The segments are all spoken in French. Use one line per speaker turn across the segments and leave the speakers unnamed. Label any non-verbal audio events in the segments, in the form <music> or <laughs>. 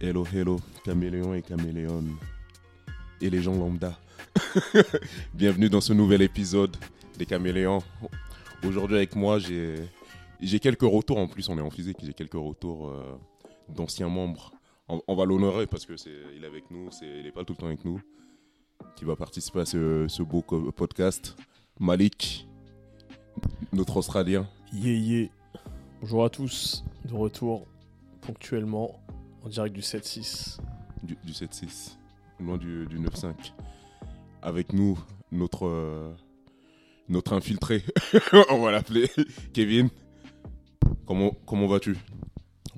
Hello, hello, caméléon et caméléon. Et les gens lambda. <laughs> Bienvenue dans ce nouvel épisode des caméléons. Aujourd'hui avec moi, j'ai j'ai quelques retours en plus, on est en physique, j'ai quelques retours euh, d'anciens membres. On, on va l'honorer parce que c'est il est avec nous, c'est il est pas tout le temps avec nous qui va participer à ce, ce beau co- podcast. Malik, notre Australien.
Yeah, yeah. Bonjour à tous, de retour ponctuellement en direct du 7-6.
du, du 7-6, loin du, du 9-5. Avec nous, notre, euh, notre infiltré, <laughs> on va l'appeler, Kevin. Comment, comment vas-tu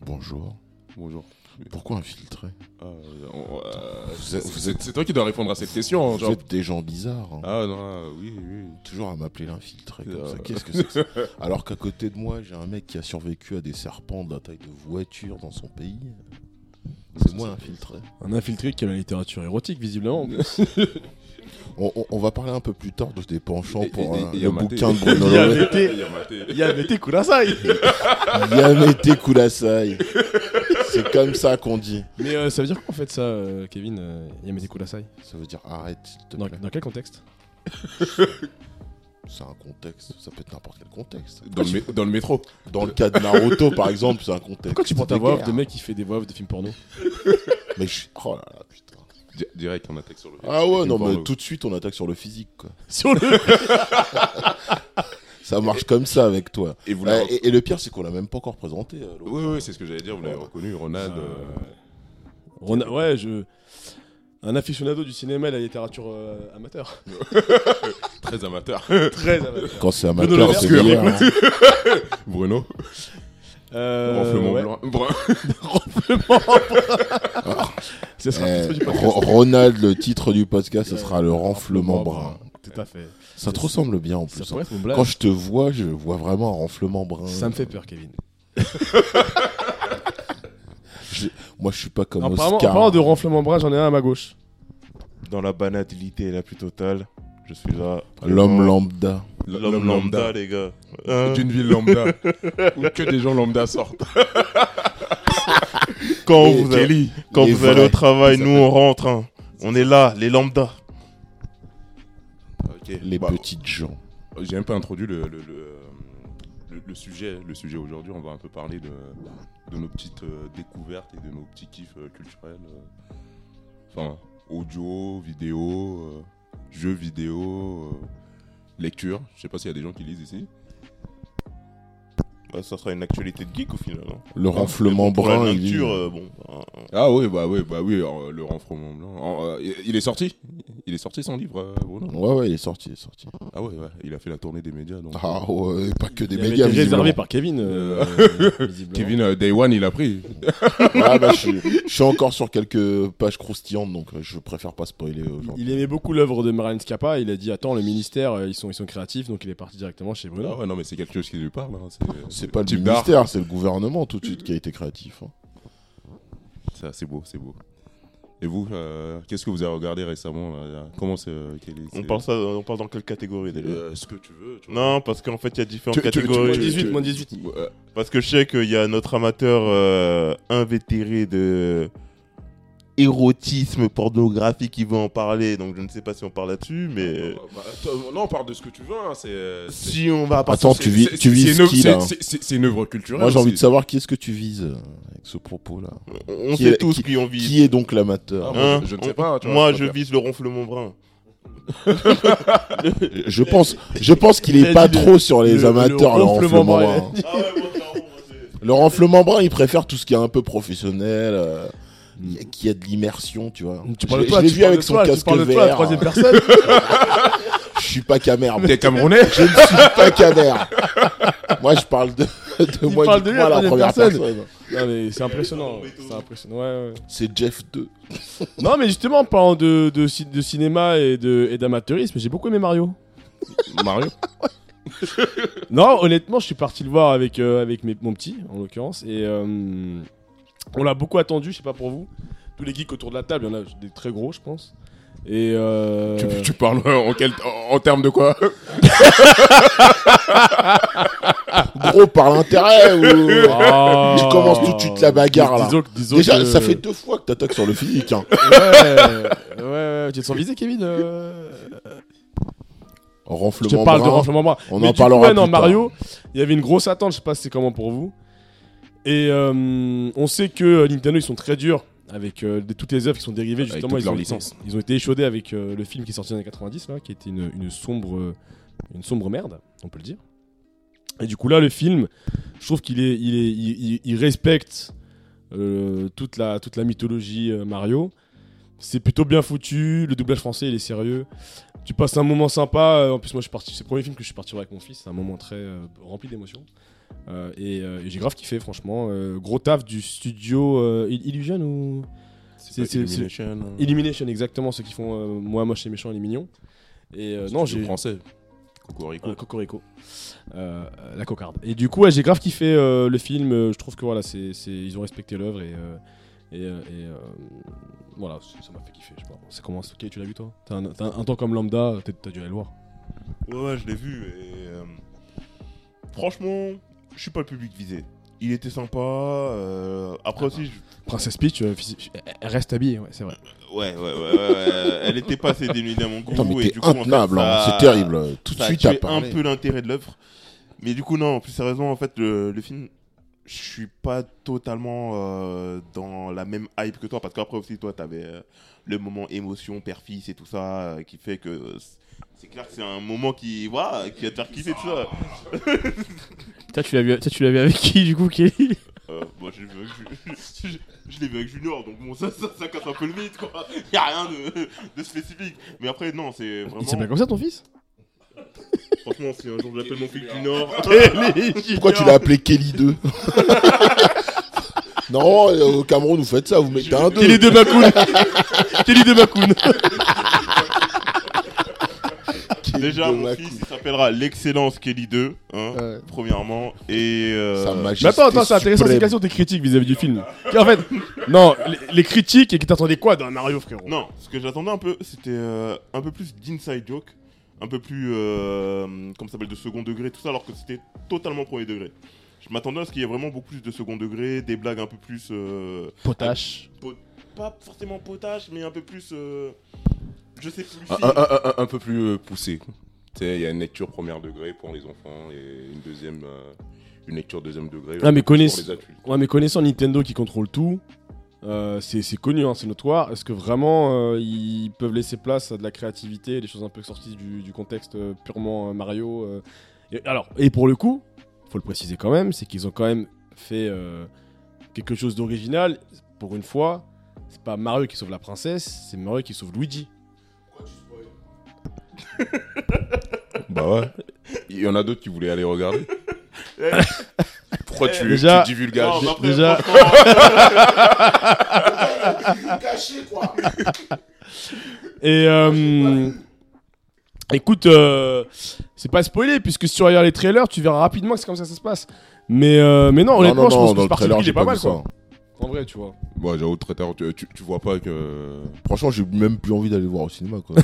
Bonjour.
Bonjour.
Pourquoi infiltrer
Ah, euh, on- euh,
Vous êtes-
c'est-
vous
c'est-
êtes-
C'est toi qui dois répondre à cette question. hein,
Vous
genre.
êtes des gens bizarres. hein.
Ah non, ah, oui, oui.
Toujours à m'appeler l'infiltré comme
Euh.
ça. Qu'est-ce que
<laughs>
c'est que ça Alors qu'à côté de moi, j'ai un mec qui a survécu à des serpents de la taille de voiture dans son pays. C'est moi l'infiltré.
Un infiltré qui aime la littérature érotique, visiblement.
On, on- on va parler un peu plus tard de tes penchants pour hein, le
Yamate. <laughs>
bouquin
<laughs>
de Bruno Loré.
Yamate.
Loré.
Yamate.
<laughs> Yamete Kurasai
Yamete Kulasai. C'est comme ça qu'on dit.
Mais euh, ça veut dire quoi en fait ça, euh, Kevin euh, Yamete Kurasai
Ça veut dire arrête, s'il te
dans,
plaît.
dans quel contexte
C'est un contexte. Ça peut être n'importe quel contexte.
Dans le, mé- dans le métro.
Dans le cas de Naruto, par exemple, c'est un contexte.
Pourquoi tu prends ta voix off de
guerre.
mec qui fait des voix off de films porno
Mais je- Oh là là, putain.
Di- Direct, on attaque sur le.
Ah ouais, non,
Porno.
mais tout de suite, on attaque sur le physique, quoi.
<laughs> Sur le.
Ça marche comme ça avec toi.
Et vous
Euh,
l'avez.
et, et le pire, c'est qu'on l'a même pas encore présenté. euh, l'autre.
Oui, oui, c'est ce que j'allais dire. Vous l'avez reconnu, Ronald. euh,
Rona- Ouais, je. Un aficionado du cinéma et la littérature euh, amateur.
très amateur.
<laughs>
<laughs>
Très amateur.
Quand c'est
Bruno
amateur,
Le
c'est
Mercure,
meilleur. hein.
Bruno.
Euh,
Renflement
ouais.
blanc. Brun.
Ça sera le
Eh,
titre du podcast. Euh,
Ro- Ronald, le titre du podcast, ce sera le renflement brun.
Tout à fait.
Ça te ressemble bien en
Ça
plus.
pourrait
hein.
être mon blague.
Quand je te vois, je vois vraiment un renflement brun.
Ça me fait peur, Kevin.
Moi, je suis pas comme
Apparemment,
Oscar.
apparemment, de renflement bras, j'en ai un à ma gauche.
dans la banalité la plus totale. Je suis là.
L'homme lambda.
L'homme lambda, les gars. Hein
d'une ville lambda où que des gens lambda sortent.
quand
Et
vous, allez,
Kelly,
quand
Et
vous allez
vrai.
au travail, nous on rentre. hein. On est là, les lambdas.
Les
Bah,
petites gens.
j'ai un peu introduit le, le, le, euh, le- le sujet. Le sujet aujourd'hui, on va un peu parler de, de nos petites euh, découvertes et de nos petits kiffs euh, culturels. euh. Enfin, audio, vidéo, euh, jeux vidéo, euh, lecture. Je sais pas s'il y a des gens qui lisent ici.
Bah, ça sera une actualité de geek au final. hein.
Le renflement
Mais bon, pour
brun.
La
il-
lecture, euh, bon. bah, euh,
Ah oui, bah oui, bah oui, alors, le renfromment blanc. Alors, euh, il- il est sorti Il est sorti son livre, euh, Bruno
Ouais, ouais, il est sorti, il est sorti.
Ah ouais, ouais, il a fait la tournée des médias. donc,
Ah
oh.
ouais, pas que des
Il avait
médias.
été réservé
visiblement.
par Kevin. <laughs> euh, visiblement.
Kevin, euh, Day One, il a pris.
Ah bah, je, suis- je suis encore sur quelques pages croustillantes, donc euh, je préfère pas spoiler aujourd'hui.
Il aimait beaucoup l'œuvre de Marlène Scappa. Il a dit Attends, le ministère, euh, ils sont, ils sont créatifs, donc il est parti directement chez
Ah
Bruno.
ouais, non, mais c'est quelque chose qui lui parle. hein,
C'est pas le
type d'art.
ministère, c'est le gouvernement tout de suite qui a été créatif. hein.
Ça, c'est beau, c'est beau. Et vous, euh, qu'est-ce que vous avez regardé récemment là, là Comment c'est euh, quel est-
on,
c'est-
parle ça, on parle dans quelle catégorie déjà
Euh, ce que tu veux. tu vois.
Non, parce qu'en fait, il y a différentes
Tu- tu- tu-
catégories.
Moins 18, moins 18.
Euh,
Parce que je sais qu'il y a notre amateur euh, invétéré de érotisme pornographique qui veut en parler, donc je ne sais pas si on parle là-dessus,
Euh,
mais
bah, attends, non, on parle de ce que tu veux. hein, c'est, euh, c'est-
si on va
Attends,
c'est-
tu vis,
c'est-
tu
c'est
vis
une
ce
œuvre-
qui
c'est-
là hein
c'est- C'est c'est une œuvre culturelle.
Moi j'ai envie de
c'est-
savoir qui est-ce que tu vises euh, avec ce propos là.
On
Qui
sait
est-
tous qui, ont vise.
Qui est donc l'amateur
Ah, moi,
Hein
je, je ne
On-
sais pas. tu vois,
Moi,
pas
je
clair.
vise le ronflement brun.
Euh, Je pense, je pense qu'il
Il
est
a
pas
dit le-
trop sur les
le- le
amateurs le
renflement
renflement
brun.
brun.
Ah,
hein. Le renflement brun, il préfère tout ce qui est un peu professionnel, euh,
Mm.
y- qui a de l'immersion, tu vois.
Tu parles de
Ah Je-
toi,
je l'ai
tu
vu
parles
avec
de
son
toi, tu
casque
parles de toi, la
vert.
troisième
<laughs>
personne.
Je suis pas camère, moi.
T'es Camerounais <laughs>
je ne suis pas camère. Moi, je parle de, de
Il
moi,
parle
dites-moi
de lui à la
la
première
première
personne.
personne.
Non, mais c'est impressionnant. C'est impressionnant. Ouais, ouais.
C'est Jeff 2.
Non, mais justement, en parlant de, de, ci- de cinéma et de- et d'amateurisme, j'ai beaucoup aimé Mario. <laughs>
Mario
Non, honnêtement, je suis parti le voir avec, euh, avec mes- mon petit, en l'occurrence, et euh, on l'a beaucoup attendu, je sais pas pour vous. Tous les geeks autour de la table, il y en a des très gros, je pense. Et euh,
tu, tu parles euh, en, quel, en, en termes de quoi
Gros, par l'intérêt ou.
<laughs>
<laughs>
ah, euh.
Il commence tout de suite la bagarre, là.
Disons que- disons
Déjà,
que-
ça fait deux fois que t'attaques sur le physique. Hein.
<laughs> Ouais, ouais, ouais, tu te sens visé, Kevin euh, Je
Renflement.
te parle de
brun.
renflement bras.
On
Mais
en
du coup,
parlera
ouais, non,
plus tard.
Mario, il y avait une grosse attente, je sais pas si c'est comment pour vous. Et euh, on sait que euh, Nintendo, ils sont très durs avec euh, des- toutes les œuvres qui sont dérivées,
Avec
justement.
toutes
ils,
leurs
ont,
licences.
ils ont été échaudés avec euh, le film qui est sorti dans les 90, là, qui était une, une sombre, euh, une sombre merde, on peut le dire. Et du coup, là, le film, je trouve qu'il est, il est, il, il- il respecte euh, toute, la, toute la mythologie euh, Mario. C'est plutôt bien foutu, le doublage français, il est sérieux. Tu passes un moment sympa. euh, En plus, moi, je suis parti. C'est le premier film que je suis parti voir avec mon fils. C'est un moment très euh, rempli d'émotions. Euh, et euh, et j'ai grave kiffé, franchement. Euh, gros taf du studio euh, Il- Illusion ou C'est- c'est- c'est- Illumination, hein. exactement. Ceux qui font euh, Moi, Moche et Méchant, les Mignons. Et euh, non, j'ai.
français. Cocorico.
Euh, Cocorico. Euh, euh, la cocarde. Et du coup, ouais, j'ai grave kiffé euh, le film. Euh, je trouve que voilà, c'est, c'est- ils ont respecté l'œuvre et, euh, et, euh, et, euh, voilà, c- ça m'a fait kiffer. Je sais pas. Ça commence. Ok, tu l'as vu toi t'as un, t'as un temps comme lambda, t'as, t'as dû aller le voir.
Ouais, ouais, je l'ai vu. Et, euh, franchement, je suis pas le public visé. Il était sympa. euh,
Ah
Après aussi,
bah.
je-
Princesse Peach, euh, phys- elle reste habillée, ouais, c'est vrai.
ouais, ouais, ouais, ouais, ouais, elle était pas assez dénudée à mon goût.
Putain, mais
et
t'es
du coup, en fait,
intenable. hein.
ça-
C'est terrible. Tout de
ça a
suite,
tué
t'as parlé.
un peu l'intérêt de l'œuvre. Mais du coup, non, plus sérieusement, en fait, le, le film, je suis pas totalement euh, dans la même hype que toi. Parce qu'après aussi, toi, t'avais euh, le moment émotion, père-fils et tout ça, euh, qui fait que euh, c- c'est clair que c'est un moment qui, voilà, qui va te faire kiffer tout ça.
<laughs> Putain, tu l'as vu, putain, tu l'as vu avec qui du coup, Kelly
Euh, moi, je l'ai vu, avec Ju- je- je l'ai vu avec Junior, donc bon, ça, ça, ça casse un peu le mythe, quoi. Y a rien de, de spécifique. Mais après, non, c'est
Il s'appelle
vraiment.
comme ça ton fils
Franchement, si un jour j'appelle mon fils Junior.
Pourquoi tu l'as appelé Kelly 2 <laughs> Non, euh, au Cameroun, vous faites ça, vous mettez un 2.
de Macoun Kelly de Macoun
Déjà, mon fils, il s'appellera l'excellence Kelly 2, hein,
Ouais.
premièrement, et... euh,
Sa majesté
Mais attends, attends, c'est intéressant, c'est
suprême.
une question des critiques vis-à-vis du film. En fait, non, les, les critiques et qui t'attendaient quoi dans Mario, frérot
Non, ce que j'attendais un peu, c'était euh, un peu plus d'inside joke, un peu plus, euh, comment ça s'appelle, de second degré, tout ça, alors que c'était totalement premier degré. Je m'attendais à ce qu'il y ait vraiment beaucoup plus de second degré, des blagues un peu plus... euh,
Potache.
pas forcément potage, mais un peu plus... euh, je sais plus...
Un, un- un- un- un peu plus euh, poussé. Tu sais, Il y a une lecture premier degré pour les enfants et une deuxième. euh, une lecture deuxième degré.
Ah, mais
pour les
connaissent-
adultes.
Ouais, mais connaissant Nintendo qui contrôle tout, euh, c'est c'est connu, hein, c'est notoire. Est-ce que vraiment euh, ils peuvent laisser place à de la créativité, des choses un peu sorties du, du contexte euh, purement euh, Mario euh, et, Alors, et pour le coup, faut le préciser quand même, c'est qu'ils ont quand même fait euh, quelque chose d'original. Pour une fois, c'est pas Mario qui sauve la princesse, c'est Mario qui sauve Luigi.
Bah ouais. <laughs> Il y en a d'autres qui voulaient aller
<laughs>
regarder. Pourquoi tu,
Déjà-
tu divulgages
Non, mais après,
déjà-
franchement,
Et euh, écoute, euh, c'est pas spoilé puisque si tu regardes les trailers, tu verras rapidement que c'est comme ça que ça se passe. Mais, euh, mais non,
Non,
honnêtement,
non,
je
non,
pense que
dans
ce
le
parti
trailer,
pris il est
j'ai
pas
pas
mal
vu ça.
quoi. En vrai, tu vois.
Bon, j'avoue, très tard, tu, tu- tu vois pas <laughs> que.
Franchement, j'ai même plus envie d'aller le voir au cinéma, quoi.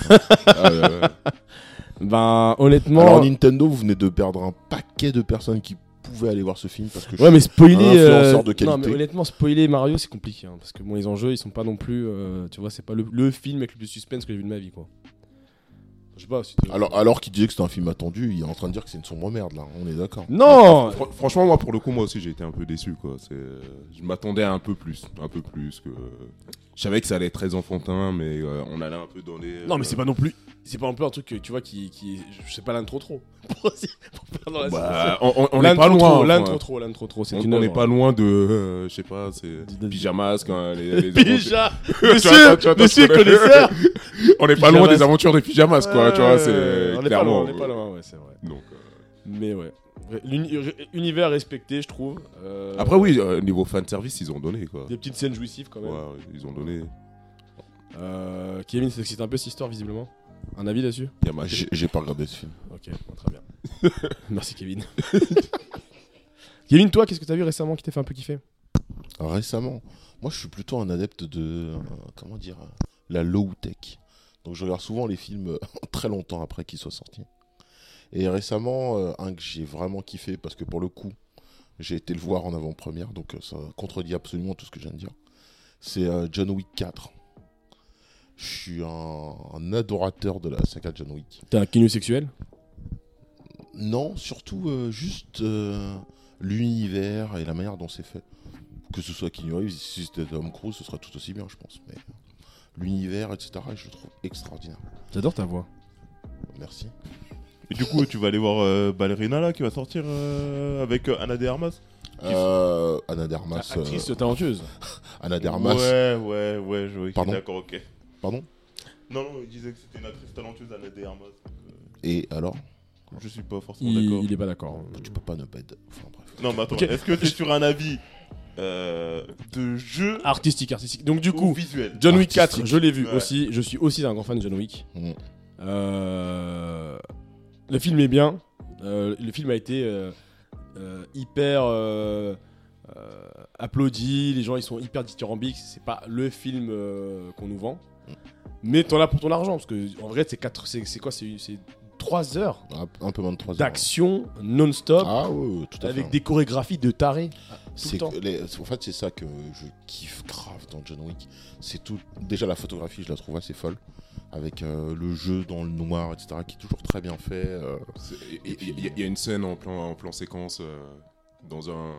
Ah, ouais, ouais.
Ben, honnêtement.
Alors Nintendo, vous venez de perdre un paquet de personnes qui pouvaient aller voir ce film parce que je
Ouais, mais spoiler. euh,
Un influenceur de
Non,
qualité.
mais honnêtement, spoiler Mario, c'est compliqué. hein, parce que bon, les enjeux, ils sont pas non plus. euh, tu vois, c'est pas le, le film avec le plus de suspense que j'ai vu de ma vie, quoi. Je sais pas si tu-
alors alors qu'il disait que c'était un film attendu, il est en train de dire que c'est une sombre merde là. On est d'accord.
Non
Fran- franchement, moi, pour le coup, moi aussi, j'ai été un peu déçu. Quoi. C'est- euh, Je m'attendais à un peu plus. Un peu plus que... Je savais que ça allait être très enfantin, mais euh, on allait un peu dans les...
Non, mais c'est pas non plus. C'est pas non plus un truc que tu vois qui. qui je sais pas l'intro trop. <laughs> pour perdre dans la
Bah, on- on on
L'un
n'est pas
trop
loin.
trop, l'un
enfin,
trop trop, l'un trop trop, c'est
on-
une
on n'est
<laughs> œuvre. hein.
pas loin de... euh, je sais pas, c'est...
Dis-le.
Pyjamas, quand
<laughs>
les... les aventures-
Pyja
Tu vois,
Monsieur,
tu vois, tu vois,
monsieur
tu vois,
connaisseur
on n'est pas loin
Pyjamas. Euh,
des aventures des pyjamas, quoi. tu vois, c'est...
On est pas
clairement,
loin, on est pas loin, ouais, c'est vrai.
euh, Donc, euh,
Mais ouais. L'uni- ré- Univers respecté, je trouve. Euh,
Après, oui, euh, niveau fanservice, ils ont donné, quoi.
Des petites scènes jouissives quand même.
Ouais, ils ont donné.
Euh, Kevin, c'est excité un peu cette histoire visiblement. Un avis là-dessus
Yamaha,
J'ai j'ai pas regardé ce film.
Ok, bon, très bien.
<laughs>
Merci Kevin. <laughs> Kevin, toi, qu'est-ce que t'as vu récemment qui t'a fait un peu kiffer
Alors, Récemment, moi je suis plutôt un adepte de. euh, comment dire euh, La low-tech. Donc je regarde souvent les films euh, <laughs> très longtemps après qu'ils soient sortis. Et récemment, euh, un que j'ai vraiment kiffé parce que pour le coup, j'ai été le voir en avant-première, donc euh, ça contredit absolument tout ce que je viens de dire. C'est euh, John Wick 4. Je suis un, un adorateur de la saga John Wick.
T'es un kinu sexuel
Non, surtout euh, juste euh, l'univers et la manière dont c'est fait. Que ce soit Keanu Reeves, si c'était Tom Cruise, ce serait tout aussi bien, je pense. Mais euh, l'univers, etc., je le trouve extraordinaire.
J'adore ta voix.
Merci.
Et du coup, tu vas aller voir euh, Ballerina là qui va sortir euh, avec euh, Anna de Armas.
Euh, Anna
Ah,
Dermas. euh,
Actrice talentueuse.
Anna Dermas.
Ouais, ouais, ouais, je vois.
Pardon
D'accord, ok.
Pardon
Non, non, il disait que c'était une actrice talentueuse, Anna de Armas.
Et alors
Je suis pas forcément
Il,
d'accord.
il est pas d'accord.
Tu peux pas ne pas être. Enfin bref.
Non, mais attends,
Ok.
est-ce que t'es sur un avis euh, de jeu
Artistique, artistique. Donc Ah, du
ou
coup,
visuel
John Wick 4,
Artistique.
je l'ai vu
Ouais.
aussi. Je suis aussi un grand fan de John Wick.
Mm.
Euh, Le film est bien. Euh, le film a été euh, euh, hyper euh, euh, applaudi. Les gens ils sont hyper dithyrambiques. C'est pas le film euh, qu'on nous vend.
Mm.
Mais t'en as pour ton argent. Parce que en vrai, c'est quatre- c'est c'est quoi C'est c'est 3 heures
Un, un peu moins de 3 heures.
d'action non-stop.
Ah oui, oui, tout à
avec
fait.
des chorégraphies de tarés. tout
C'est
le temps.
que les- En fait, c'est ça que je kiffe grave dans John Wick. C'est tout. Déjà, la photographie, je la trouve assez folle. Avec euh, le jeu dans le noir, etc., qui est toujours très bien fait. euh.
Il y, il y a- il y a une scène en plan, en plan séquence euh, dans un,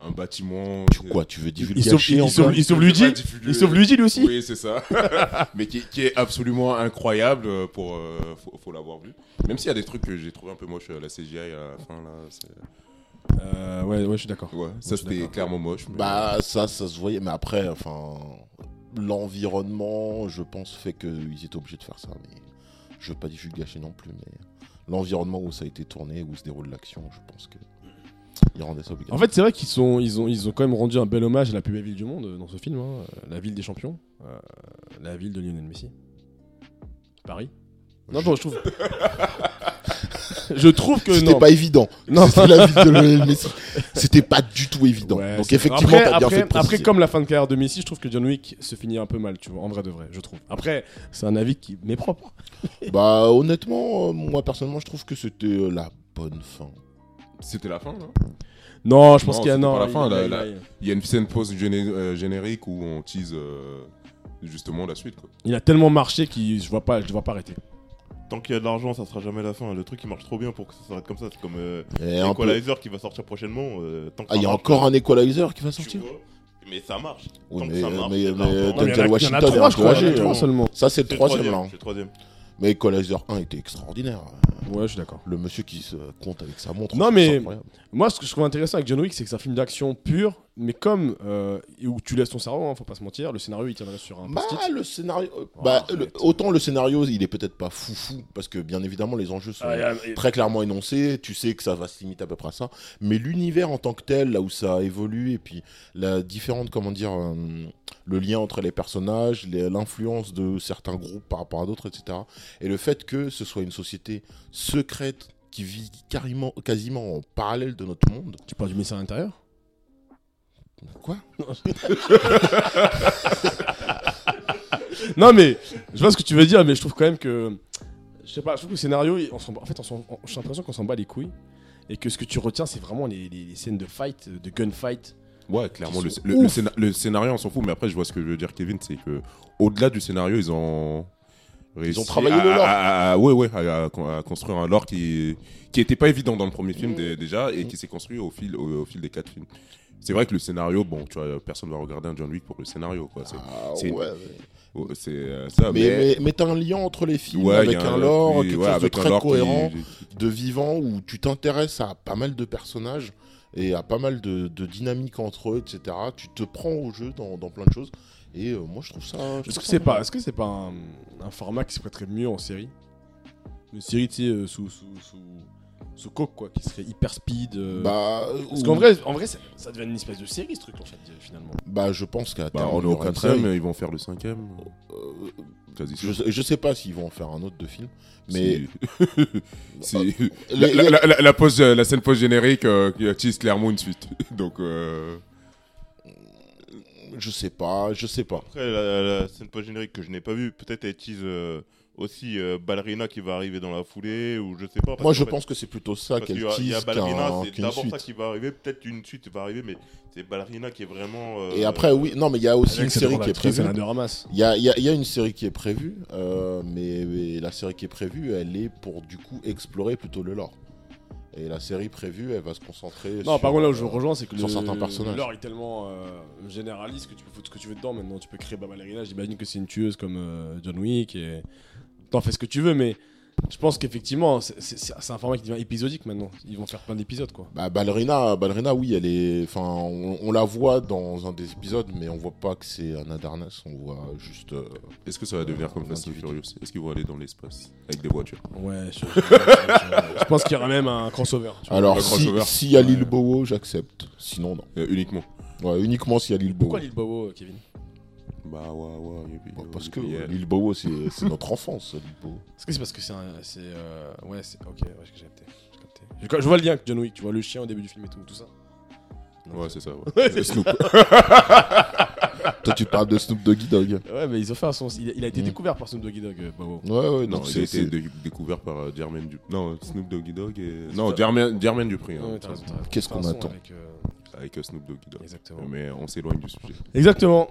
un bâtiment.
Tu, quoi, tu veux
Il sauve,
divulgacher
il,
encore
sauve, il sauve Luigi.
Pas diffusé.
Il sauve Luigi lui aussi.
Oui, c'est ça. <laughs> Mais qui, qui est absolument incroyable euh, pour. euh, faut faut l'avoir vu. Même s'il y a des trucs que j'ai trouvé un peu moche, euh, la CGI à la fin, là. c'est-
Euh, ouais, ouais, je suis d'accord.
Ouais, ça
Je suis
c'était
d'accord.
clairement moche. mais-
Bah, ça, ça se voyait. Mais après, enfin. L'environnement, je pense, fait qu'ils étaient obligés de faire ça. Mais je veux pas divulgacher non plus. Mais l'environnement où ça a été tourné, où se déroule l'action, je pense que. Ils rendaient ça obligatoire.
En fait, c'est vrai qu'ils sont, ils ont, ils ont quand même rendu un bel hommage à la plus belle ville du monde euh, dans ce film, hein, euh, la ville des champions, euh, la ville de Lionel Messi. Paris. Non, non, je trouve. <laughs> je trouve que
C'était
non.
pas évident.
Non.
C'était la
<laughs>
vie de Lionel Messi. C'était pas du tout évident.
Ouais,
Donc
c'est-
effectivement,
après,
t'as bien
après,
fait de préciser.
après, comme la fin de carrière de Messi, je trouve que John Wick se finit un peu mal, tu vois, en vrai de vrai, je trouve. Après, c'est un avis qui m'est propre.
Bah honnêtement, euh, moi personnellement, je trouve que c'était euh, la bonne fin.
C'était la fin, non
Non, je pense qu'il y a
c'était
non.
pas la
il-
fin,
il-
là,
il-
là.
il-
Il y a une scène post générique où on tease euh, justement la suite. Quoi.
Il a tellement marché qu'il je vois pas, je vois pas arrêter.
Ah, Tant qu'il y a de l'argent, ça sera jamais la fin. Le truc qui marche trop bien pour que ça s'arrête comme ça, c'est comme euh,
Et un peu-
Equalizer qui va sortir prochainement. euh, tant que
Ah,
ça
il y a
marche,
encore un Equalizer qui va
tu
sortir.
vois. mais ça marche.
Oui,
Tant que
mais,
ça marche,
mais-
c'est de
mais,
l'argent.
euh,
Non, mais
il y en a-
Denzel
il y en a
Washington est
trois, je crois.
encouragé,
euh,
Il y en a trois
hein.
seulement.
Ça c'est le
C'est
troisième là. hein.
C'est le troisième.
Mais Equalizer 1 était extraordinaire.
Ouais, je suis d'accord.
Le monsieur qui se compte avec sa montre.
Non,
c'est
mais-
incroyable.
Moi, ce que je trouve intéressant avec John Wick, c'est que c'est un film d'action pur, mais comme euh, où tu laisses ton cerveau, hein, faut pas se mentir, le scénario il tiendrait sur un
Bah
post-it.
le scénario, euh,
Ah,
Oh,
bah,
arrête.
le- autant le scénario il est peut-être pas fou fou parce que bien évidemment les enjeux
Ah,
sont très clairement énoncé, tu sais que ça va se limiter à peu près à ça, mais l'univers en tant que tel, là où ça évolue, et puis la différente, comment dire, euh, le lien entre les personnages, les- l'influence de certains groupes par rapport à d'autres, etc. Et le fait que ce soit une société secrète qui vit carrément, quasiment en parallèle de notre monde.
Tu parles du ministère de l'Intérieur
Quoi
Non, mais je vois ce que tu veux dire, mais je trouve quand même que. Je sais pas, je trouve que le scénario, il- on s'en bat- en fait, on s'en- on- j'ai l'impression qu'on s'en bat les couilles. Et que ce que tu retiens, c'est vraiment les, les- les scènes de fight, de gunfight.
Ouais, clairement, le,
Ils sont
le- le
ouf.
scéna- le scénario, on s'en fout, mais après, je vois ce que veut dire Kevin, c'est que au-delà du scénario, ils ont. réussi
ont travaillé
à-
le lore.
à- à- ouais, ouais, à, à- à construire un lore qui qui était pas évident dans le premier film dé- déjà et qui s'est construit au fil, au, au fil des quatre films. C'est vrai que le scénario, bon, tu vois, personne va regarder un John Wick pour le scénario, quoi. C'est
Ah,
c'est-
ouais, ouais.
oh, c'est, euh, ça,
Mais,
mais.
mais- mais t'as un lien entre les films
Ouais, il y
avec
a
un lore,
oui, ouais,
quelque chose de
avec un
très
lore qui-
cohérent.
qui-
de vivant où tu t'intéresses à pas mal de personnages et à pas mal de, de dynamiques entre eux, etc. Tu te prends au jeu dans, dans plein de choses. Et euh, moi, je trouve ça. je
Est-ce
trouve
que
ça
c'est
bien.
pas, est -ce que c'est pas un, un format qui se prêterait mieux en série Une série, tu sais, euh, sous, sous, sous, ce coq quoi, qui serait hyper speed. euh,
Bah,
Parce
ou-
qu'en vrai, en vrai ça, ça devient une espèce de série ce truc en fait euh, finalement.
bah, je pense qu'à
Bah,
terme,
on est
il y
au
aura une
quatrième,
série.
ils vont faire le cinquième.
Euh,
Quasi sûr.
je, je sais pas s'ils vont en faire un autre de film, mais
<laughs> C'est-
Euh,
La,
les-
la-
les-
la- la- la pause, euh, la scène post générique euh, qui attise clairement une suite. <laughs> Donc, euh,
je sais pas, je sais pas.
Après, la, la scène post-générique que je n'ai pas vue, peut-être elle tease euh, aussi euh, Ballerina qui va arriver dans la foulée, ou je sais pas. parce
Moi,
qu'en
je
fait,
pense que c'est plutôt ça
parce qu'il
qu'elle
y a- Il y a
tease
Ballerina,
qu'un-
c'est
qu'une
d'abord ça
suite.
qui va arriver, peut-être une suite va arriver, mais c'est Ballerina qui est vraiment. euh,
Et après, oui, non, mais il y a aussi
Avec
une
cette
série
drôle
qui est
d'actrice,
prévue.
Alain de ramasse.
Il y a, il y a- il y a une série qui est prévue, euh, mais, mais la série qui est prévue, elle est pour du coup explorer plutôt le lore. Et la série prévue, elle va se concentrer
Non,
sur,
par contre, là où je
euh,
rejoins, c'est que
sur
le,
certains personnages.
le lore est tellement euh, généraliste que tu peux foutre ce que tu veux dedans. Maintenant, tu peux créer Babalérina. J'imagine que c'est une tueuse comme euh, John Wick et t'en fais ce que tu veux, mais je pense qu'effectivement, c'est- c'est c'est un format qui devient épisodique maintenant. Ils vont faire plein d'épisodes quoi.
Bah, ballerina, ballerina, oui, elle est. Enfin, on, on la voit dans un des épisodes, mais on voit pas que c'est un Adarnas. On voit juste. euh,
est-ce que ça va devenir comme Fast and Furious Est-ce qu'ils vont aller dans l'espace avec des voitures
Ouais, je, je- <laughs> je- je pense qu'il y aura même un crossover. tu vois.
Alors,
le
si-
crossover.
s'il y a l'île
Ouais.
Bowo, j'accepte. Sinon, non.
Euh, Uniquement.
Ouais, uniquement s'il y a l'île Bowo.
Pourquoi l'île Bobo, euh, Kevin
Bah, ouais, ouais. y a-
Bah, parce que
y a-
euh, l'île Bowo, c'est c'est notre enfance, l'île <laughs> Bowo.
Est-ce que c'est parce que c'est un. c'est, euh, ouais, c'est. Ok, ouais, j'ai capté. j'ai capté. Je, quand- je vois le lien avec John Wick, tu vois le chien au début du film et tout, tout ça.
Ouais, c'est ça. <laughs> Ouais. Le Snoop.
Toi, tu parles de Snoop Doggy Dogg.
Ouais, mais ils ont fait un son. Il, a- il a été
Mm.
découvert par Snoop Doggy Dogg, euh, Bobo.
Ouais, ouais,
Non,
donc
il a
c'est.
été
c'est-
dé- découvert par euh, Jermaine Dupri. Non, euh, Snoop Doggy Dogg et.
C'est
Non,
ça.
Jermaine, Jermaine Dupri. hein,
Ouais, t'as raison, t'as raison.
Qu'est-ce
Ils ont fait
qu'on
un son
attend
avec, euh,
avec euh, Snoop Doggy Dogg.
Exactement.
Mais on s'éloigne du sujet.
Exactement.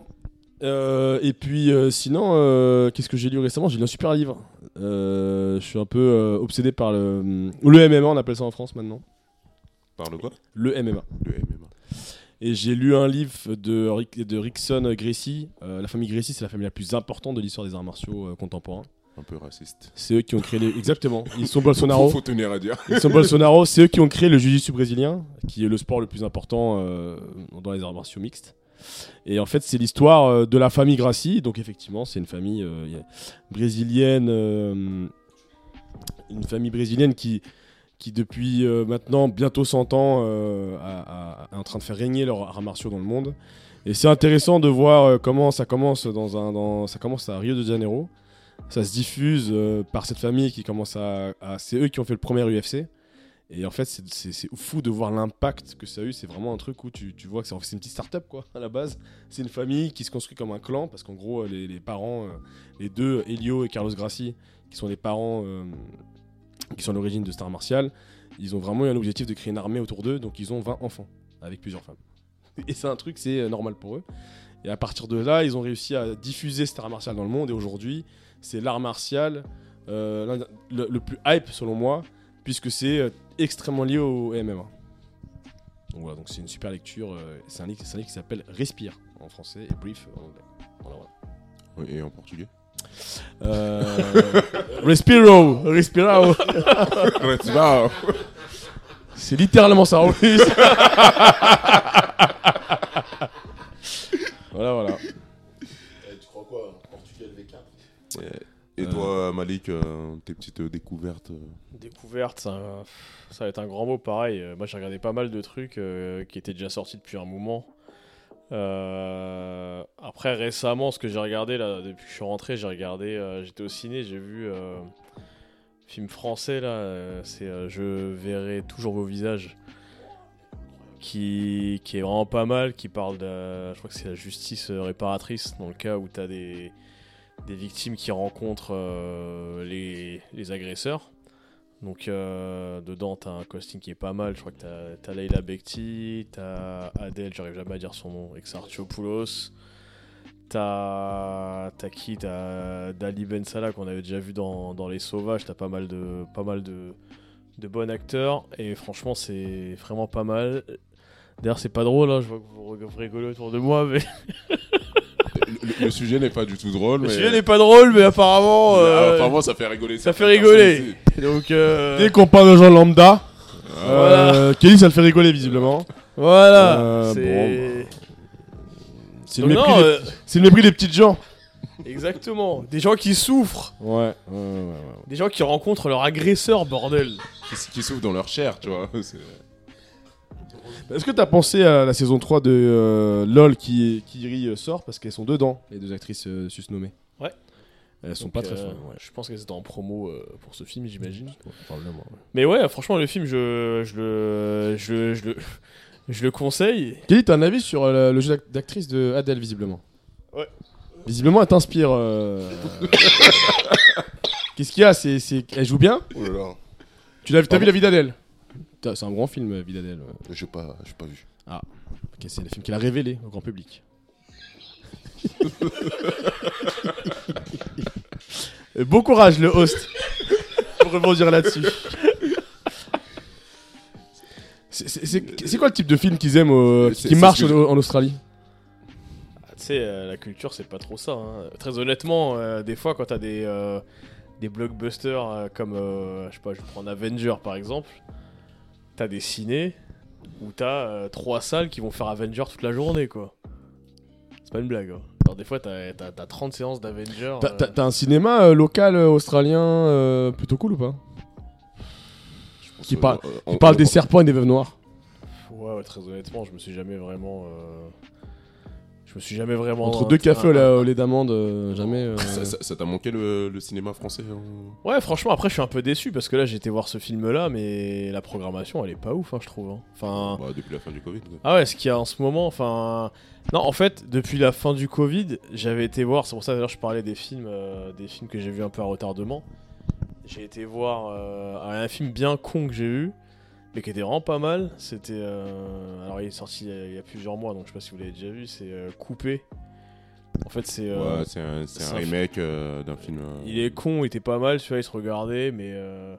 Euh, et puis euh, sinon, euh, qu'est-ce que j'ai lu récemment J'ai lu un super livre. Euh, je suis un peu euh, obsédé par le, le MMA, on appelle ça en France maintenant.
Parle quoi
Le MMA.
Le MMA.
Et j'ai lu un livre de, Rick- de Rickson Gracie. Euh, la famille Gracie, c'est la famille la plus importante de l'histoire des arts martiaux euh, contemporains.
Un peu raciste.
C'est eux qui ont créé <laughs> les... Exactement. Ils sont Bolsonaro.
Faut tenir à <laughs> dire.
Ils sont Bolsonaro, c'est eux qui ont créé le jiu-jitsu brésilien, qui est le sport le plus important euh, dans les arts martiaux mixtes. Et en fait, c'est l'histoire euh, de la famille Gracie. Donc effectivement, c'est une famille euh, y a- brésilienne, euh, une famille brésilienne qui qui depuis euh, maintenant bientôt 100 ans euh, a- a- a- est en train de faire régner leurs arts martiaux dans le monde. Et c'est intéressant de voir euh, comment ça commence dans un dans- ça commence à Rio de Janeiro. Ça se diffuse euh, par cette famille qui commence à, à- c'est eux qui ont fait le premier UFC. Et en fait, c'est- c'est c'est fou de voir l'impact que ça a eu. C'est vraiment un truc où tu, tu vois que c'est c'est une petite start-up, quoi, à la base. C'est une famille qui se construit comme un clan, parce qu'en gros, euh, les, les parents, euh, les deux, Elio et Carlos Gracie, qui sont les parents euh, qui sont à l'origine de Star Martial, ils ont vraiment eu un objectif de créer une armée autour d'eux, donc ils ont 20 enfants, avec plusieurs femmes. <laughs> Et c'est un truc, c'est euh, normal pour eux. Et à partir de là, ils ont réussi à diffuser Star Martial dans le monde, et aujourd'hui, c'est l'art martial euh, l'un- le, le plus hype, selon moi, puisque c'est euh, extrêmement lié au MMA. Donc voilà, donc c'est une super lecture. euh, c'est un livre, c'est un livre qui s'appelle Respire en français et Brief en anglais. Voilà, voilà.
Ouais, Et en portugais
Euh, <laughs> Respiro, Respirao.
Ouais, tu vas.
C'est littéralement ça en plus. <laughs> voilà, voilà.
Eh, Tu crois quoi Portugal V4
Et toi, Malik, euh, tes petites euh, découvertes euh,
Découverte, ça, ça va être un grand mot pareil. Euh, Moi j'ai regardé pas mal de trucs euh, qui étaient déjà sortis depuis un moment. Euh, après récemment, ce que j'ai regardé là, depuis que je suis rentré, j'ai regardé, euh, j'étais au ciné, j'ai vu euh, film français là, euh, c'est euh, Je verrai toujours vos visages. Qui, qui est vraiment pas mal, qui parle de. Je crois que c'est la justice euh, réparatrice, dans le cas où t'as des, des victimes qui rencontrent euh, les, les agresseurs. Donc euh, dedans, t'as un casting qui est pas mal. Je crois que t'as- t'as Leila Bekti, t'as Adèle, j'arrive jamais à dire son nom, Exarchopoulos. T'as t'as qui T'as Dali Ben Salah qu'on avait déjà vu dans, dans Les Sauvages. T'as pas mal de pas mal de, de bons acteurs et franchement, c'est vraiment pas mal. D'ailleurs, c'est pas drôle. hein, je vois que vous rigolez autour de moi, mais
le, le- le sujet n'est pas du tout
<laughs>
drôle.
le
mais... euh,
sujet n'est pas drôle, mais apparemment. euh,
Ah, apparemment, ça fait rigoler.
ça fait
certaines
rigoler.
personnes
Donc euh,
Dès qu'on parle de gens lambda,
Ah.
Voilà.
euh, Kelly, ça le fait rigoler visiblement.
voilà.
Euh, bah.
c'est-
C'est le,
Donc
mépris
non,
des-
euh,
c'est le mépris des petites gens. Exactement. Des gens qui souffrent.
Ouais, ouais, ouais, ouais, ouais.
Des gens qui rencontrent leur agresseur, bordel.
Qui, s- qui s'ouvrent dans leur chair, tu vois. c'est-
Est-ce que t'as pensé à la saison 3 de euh, LOL qui, qui rit, euh, sort parce qu'elles sont dedans, les deux actrices euh, susnommées
Ouais.
Elles sont
Donc,
pas très
euh,
folles. ouais.
Je pense qu'elles étaient en promo euh, pour ce film, j'imagine.
Ouais, probablement, ouais.
Mais ouais, franchement, le film, je, je, le, je, le- je le, je le conseille.
Kelly, t'as un avis sur euh, le- le jeu d'ac- d'actrice de Adèle, visiblement
Ouais.
Visiblement, elle t'inspire. euh, Qu'est-ce qu'il y a c'est, c'est- Elle joue bien
Oh là là,
Tu l'as, T'as vu
Pardon
La vie d'Adèle Putain, C'est un grand film, euh, Vie d'Adèle. ouais.
j'ai pas, j'ai pas vu.
Ok, c'est le film qu'elle a révélé au grand public. Euh, <laughs> bon courage, le host, pour rebondir là-dessus. C'est- C'est c'est- c'est quoi le type de film qu'ils aiment, euh,
C'est-
qui
c'est
marche
ce que
en, en Australie
Ah, Tu sais, euh, la culture, c'est pas trop ça. hein. Très honnêtement, euh, des fois, quand t'as des, euh, des blockbusters euh, comme, euh, je sais pas, je prends Avenger par exemple, t'as des ciné où t'as euh, trois salles qui vont faire Avenger toute la journée, quoi. C'est pas une blague. hein. Alors, des fois, t'as t'as- t'as 30 séances d'Avenger.
T'as-
euh,
T'as t'as un cinéma euh, local euh, australien euh, plutôt cool ou pas Qui parle-
Euh,
Il
on-
parle
on-
des serpents et des veuves noires.
euh, Ouais, ouais, très honnêtement, je me suis jamais vraiment. euh, Je me suis jamais vraiment.
Entre deux
inté-
cafés là, au lait d'amande, euh, jamais. euh,
Ça ça- ça t'a manqué le, le cinéma français hein en-
Ouais, franchement, après, je suis un peu déçu parce que là, j'étais voir ce film-là, mais la programmation, elle est pas ouf, hein, je trouve. hein.
Ah.
Enfin.
bah, depuis la fin du Covid quoi.
Ah ouais, ce qu'il y a en ce moment, enfin. Non, en fait, depuis la fin du Covid, j'avais été voir, c'est pour ça d'ailleurs je parlais des films, euh, des films que j'ai vus un peu à retardement. J'ai été voir euh, un film bien con que j'ai vu, mais qui était vraiment pas mal. C'était. euh, alors il est sorti il y, a, il y a plusieurs mois, donc je sais pas si vous l'avez déjà vu, c'est euh, Coupé. En fait, c'est. euh,
Ouais, c'est un, c'est
c'est
un
un
remake euh, d'un film. euh,
il est con, il était pas mal, celui-là, il se regardait, mais euh,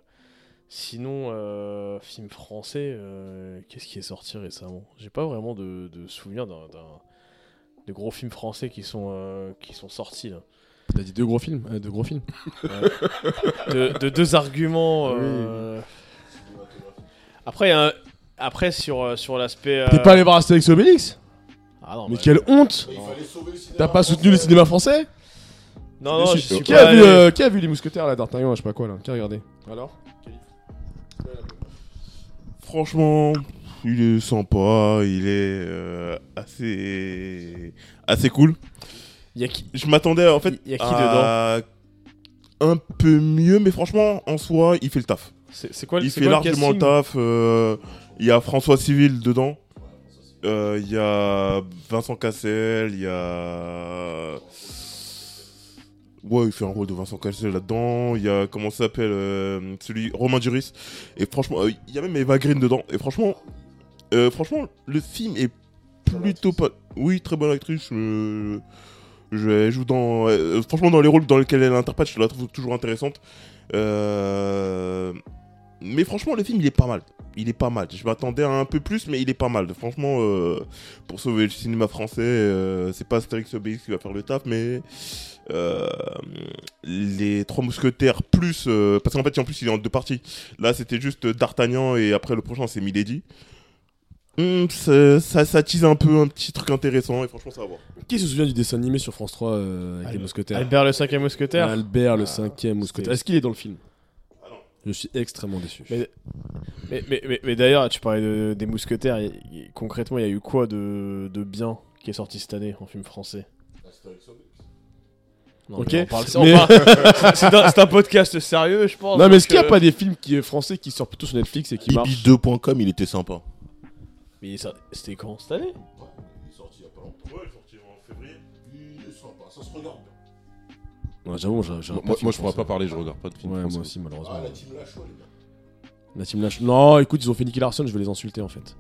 sinon, euh, film français, euh, qu'est-ce qui est sorti récemment J'ai pas vraiment de, de souvenir d'un, d'un- de gros films français qui sont, euh, qui sont sortis, là.
T'as dit deux gros films, euh, deux gros films.
De, de deux arguments. euh, Après, il y a un- Après, sur, euh, sur l'aspect. euh,
T'es pas allé voir Astérix et Obélix
Ah non,
Mais
bah,
quelle honte
non.
T'as pas soutenu le cinéma français
Non, non,
Déçu.
j'y suis
qui,
pas
a vu,
allé.
euh, qui a vu les mousquetaires là, d'Artagnan, je sais pas quoi là Qui a regardé Alors
Franchement, il est sympa, il est euh, assez assez cool.
Il y a qui-
Je m'attendais en fait
Il y a qui
à un peu mieux, mais franchement, en soi, il fait le taf.
C'est, c'est quoi le
il
c'est
fait
quoi le
largement le
casting
taf. euh, Il y a François Civil dedans. Euh, Il y a Vincent Cassel. Il y a. Ouais, il fait un rôle de Vincent Cassel là-dedans. Il y a, comment ça s'appelle euh, Celui, Romain Duris. Et franchement, euh, il y a même Eva Green dedans. Et franchement, euh, franchement le film est plutôt pas. Oui, très bonne actrice. euh, je, elle joue dans. euh, franchement, dans les rôles dans lesquels elle interprète, je la trouve toujours intéressante. Euh. Mais franchement, le film, il est pas mal. Il est pas mal. Je m'attendais à un peu plus, mais il est pas mal. Franchement, euh, pour sauver le cinéma français, euh, c'est pas Astérix et Obélix qui va faire le taf, mais euh, les Trois Mousquetaires plus... euh, parce qu'en fait, en plus, il est en deux parties. Là, c'était juste D'Artagnan et après, le prochain, c'est Milady. Hum, ça, ça, ça tease un peu un petit truc intéressant et franchement, ça va voir.
Qui se souvient du dessin animé sur France 3 euh, avec les
Al-
mousquetaires
Albert le cinquième mousquetaire.
Albert, le cinquième mousquetaire.
c'était-
Est-ce qu'il est dans le film Je suis extrêmement déçu.
Mais- Mais, mais, mais, mais d'ailleurs, tu parlais de- des mousquetaires. y- y- concrètement, il y a eu quoi de, de bien qui est sorti cette année en film français non,
Ok.
mais on parle- on
Mais-
parle- <laughs> c'est un, c'est un podcast sérieux, je pense.
non, mais
donc,
est-ce qu'il n'y a
euh,
pas des films qui, français qui sortent plutôt sur Netflix et qui marchent
Libby2.com, il était sympa.
mais ça- c'était quand cette année
Il est sorti il y a pas longtemps. Ouais, il est sorti en février. Il est sympa, ça se regarde bien.
Ouais, J'avoue, j'ai- j'ai un
Moi,
peu
moi, moi,
de
je
film
pourrais
français.
pas parler, je regarde pas de film.
Ouais,
français.
moi aussi, malheureusement.
Ah, la team Lachaud, les gars.
La team lâche. Non, écoute, ils ont fait Nicky Larson, je vais les insulter en fait.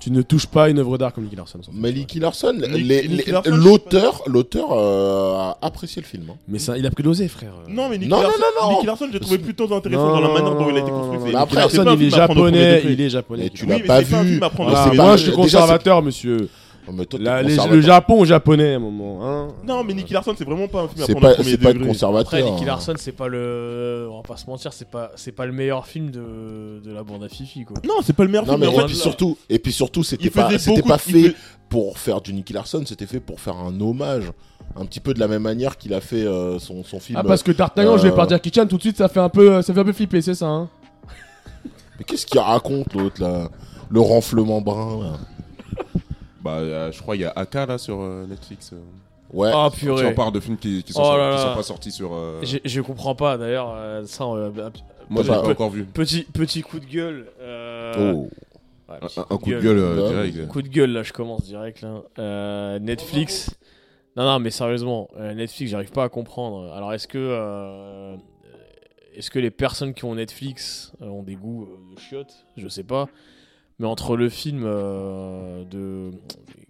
Tu ne touches pas une œuvre d'art comme Nicky Larson. sans
Mais
fait.
Nicky Larson, les-
Nick-
les-
Nicky Larson,
l'auteur l'auteur, euh, a apprécié le film. hein.
Mais ça, il a pris de l'osé, frère.
Non, mais Nicky
Non, non,
Larson,
non, non.
Nicky Larson, j'ai trouvé plutôt intéressant
Non,
dans la
non,
manière dont il a été
non,
construit.
non,
C'est-
non.
Après,
c'est
Larson,
pas un
il est
film à prendre au premier
japonais,
degré.
il est japonais.
Mais tu
Oui,
l'as
mais
pas
c'est pas un
vu.
film à prendre
Mais
au
Voilà,
c'est
sérieux.
moi,
pas-
je suis
déjà, c'est-
conservateur, monsieur.
Oh, mais toi, t'es
La- les- le
conservateur.
Japon, japonais, à un moment. Hein
Non, mais Nicky Larson, c'est vraiment pas un film à
C'est
prendre au
pas,
premier
c'est pas
degré.
de conservateur.
Après, Nicky
hein.
Larson, c'est pas le. On va pas se mentir, c'est pas, c'est pas le meilleur film de, de la bande à Fifi, quoi.
Non, c'est pas le meilleur
Non,
film.
mais
mais en
et
fait,
puis
il-
surtout, et puis surtout, c'était
il
pas,
faisait
c'était
beaucoup
pas
de- il
fait
fais-
pour faire du Nicky Larson, c'était fait pour faire un hommage. Un petit peu de la même manière qu'il a fait euh, son, son film.
Ah, parce que D'Artagnan, je vais
euh,
pas dire Kitchen tout de suite, ça fait un peu, euh, ça fait un peu flipper, c'est ça. Hein
Mais qu'est-ce qu'il raconte l'autre là Le renflement brun là.
Bah, euh, je crois qu'il y a AK là sur euh, Netflix. euh.
Ouais.
Ah,
Tu en
purée.
parles de films qui, qui sont,
Oh
sortis-
là
qui
là.
sont pas sortis sur. euh,
Je, je comprends pas d'ailleurs, euh, ça, euh, un p-
Moi, j'ai
Bah,
pas
euh,
encore vu.
petit, petit coup de gueule. euh,
Oh.
ouais,
Un,
petit
un- un coup de gueule euh,
Bah,
Ouais,
direct.
Coup de gueule là, je commence direct là. Euh, Netflix. Non, non, mais sérieusement, euh, Netflix, j'arrive pas à comprendre. Alors, est-ce que, euh, est-ce que les personnes qui ont Netflix euh, ont des goûts euh, de chiottes Je sais pas. Mais entre le film euh, de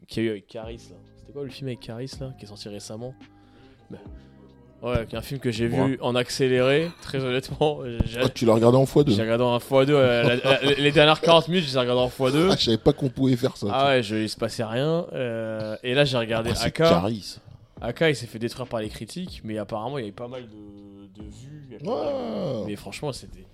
qui a eu avec Caris là, c'était quoi le film avec Caris là qui est sorti récemment Bah, Ouais, qui est un film que j'ai
Moi.
vu en accéléré. Très honnêtement, j'ai
Ah, tu l'as regardé en
j'ai
x2
regardé en x2 euh, la- la- les dernières 40 minutes, j'ai regardé en
Ah,
x2.
je savais pas qu'on pouvait faire ça.
Ah ouais, je, il se passait rien. euh, et là, j'ai regardé
Après, c'est
Aka.
Caris.
Aka, il s'est fait détruire par les critiques, mais apparemment, il y avait pas mal de, de vues. il y avait pas mal de-
Ouais.
Mais franchement, c'était.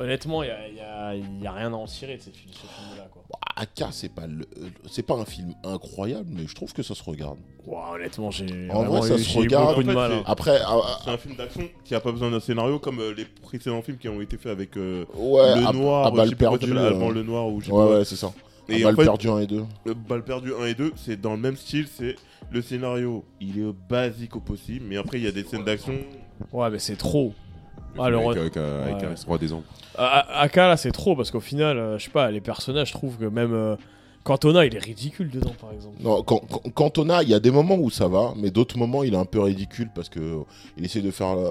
Honnêtement, il y a, il y a- il y a rien à en tirer de cette fil- ce film-là. quoi.
Aka, c'est pas le- euh, c'est pas un film incroyable, mais je trouve que ça se regarde.
Ouah, honnêtement, j'ai.
En
vraiment
vrai, ça
eu-
se
j'ai eu
regarde.
beaucoup de
En fait,
mal. hein.
Après, ah, ah,
C'est un film d'action qui a pas besoin d'un scénario comme euh, les précédents films qui ont été faits avec euh,
ouais,
Le
à-
Noir,
à
euh,
balle
je sais plus quoi,
perdue,
tu l'as,
euh,
Allemand Le Noir ou je sais
ouais,
pas.
ouais, c'est ça.
Et
à
en
balle
fait,
perdue 1 et 2.
le Balle perdue 1 et 2, c'est dans le même style, c'est le scénario, il est euh, basique au possible, mais après il y a des scènes d'action.
hein. Ouais, mais c'est trop.
Le
Ah,
film
le re-
avec, avec, euh, avec
Ouais.
Harris, Roi des Anges.
A- A- Aka, là, c'est trop parce qu'au final, euh, je sais pas, les personnages, je trouve que même. euh, Cantona, il est ridicule dedans, par exemple.
Non, quand, quand- Cantona, il y a des moments où ça va, mais d'autres moments, il est un peu ridicule parce que il essaie de faire. la-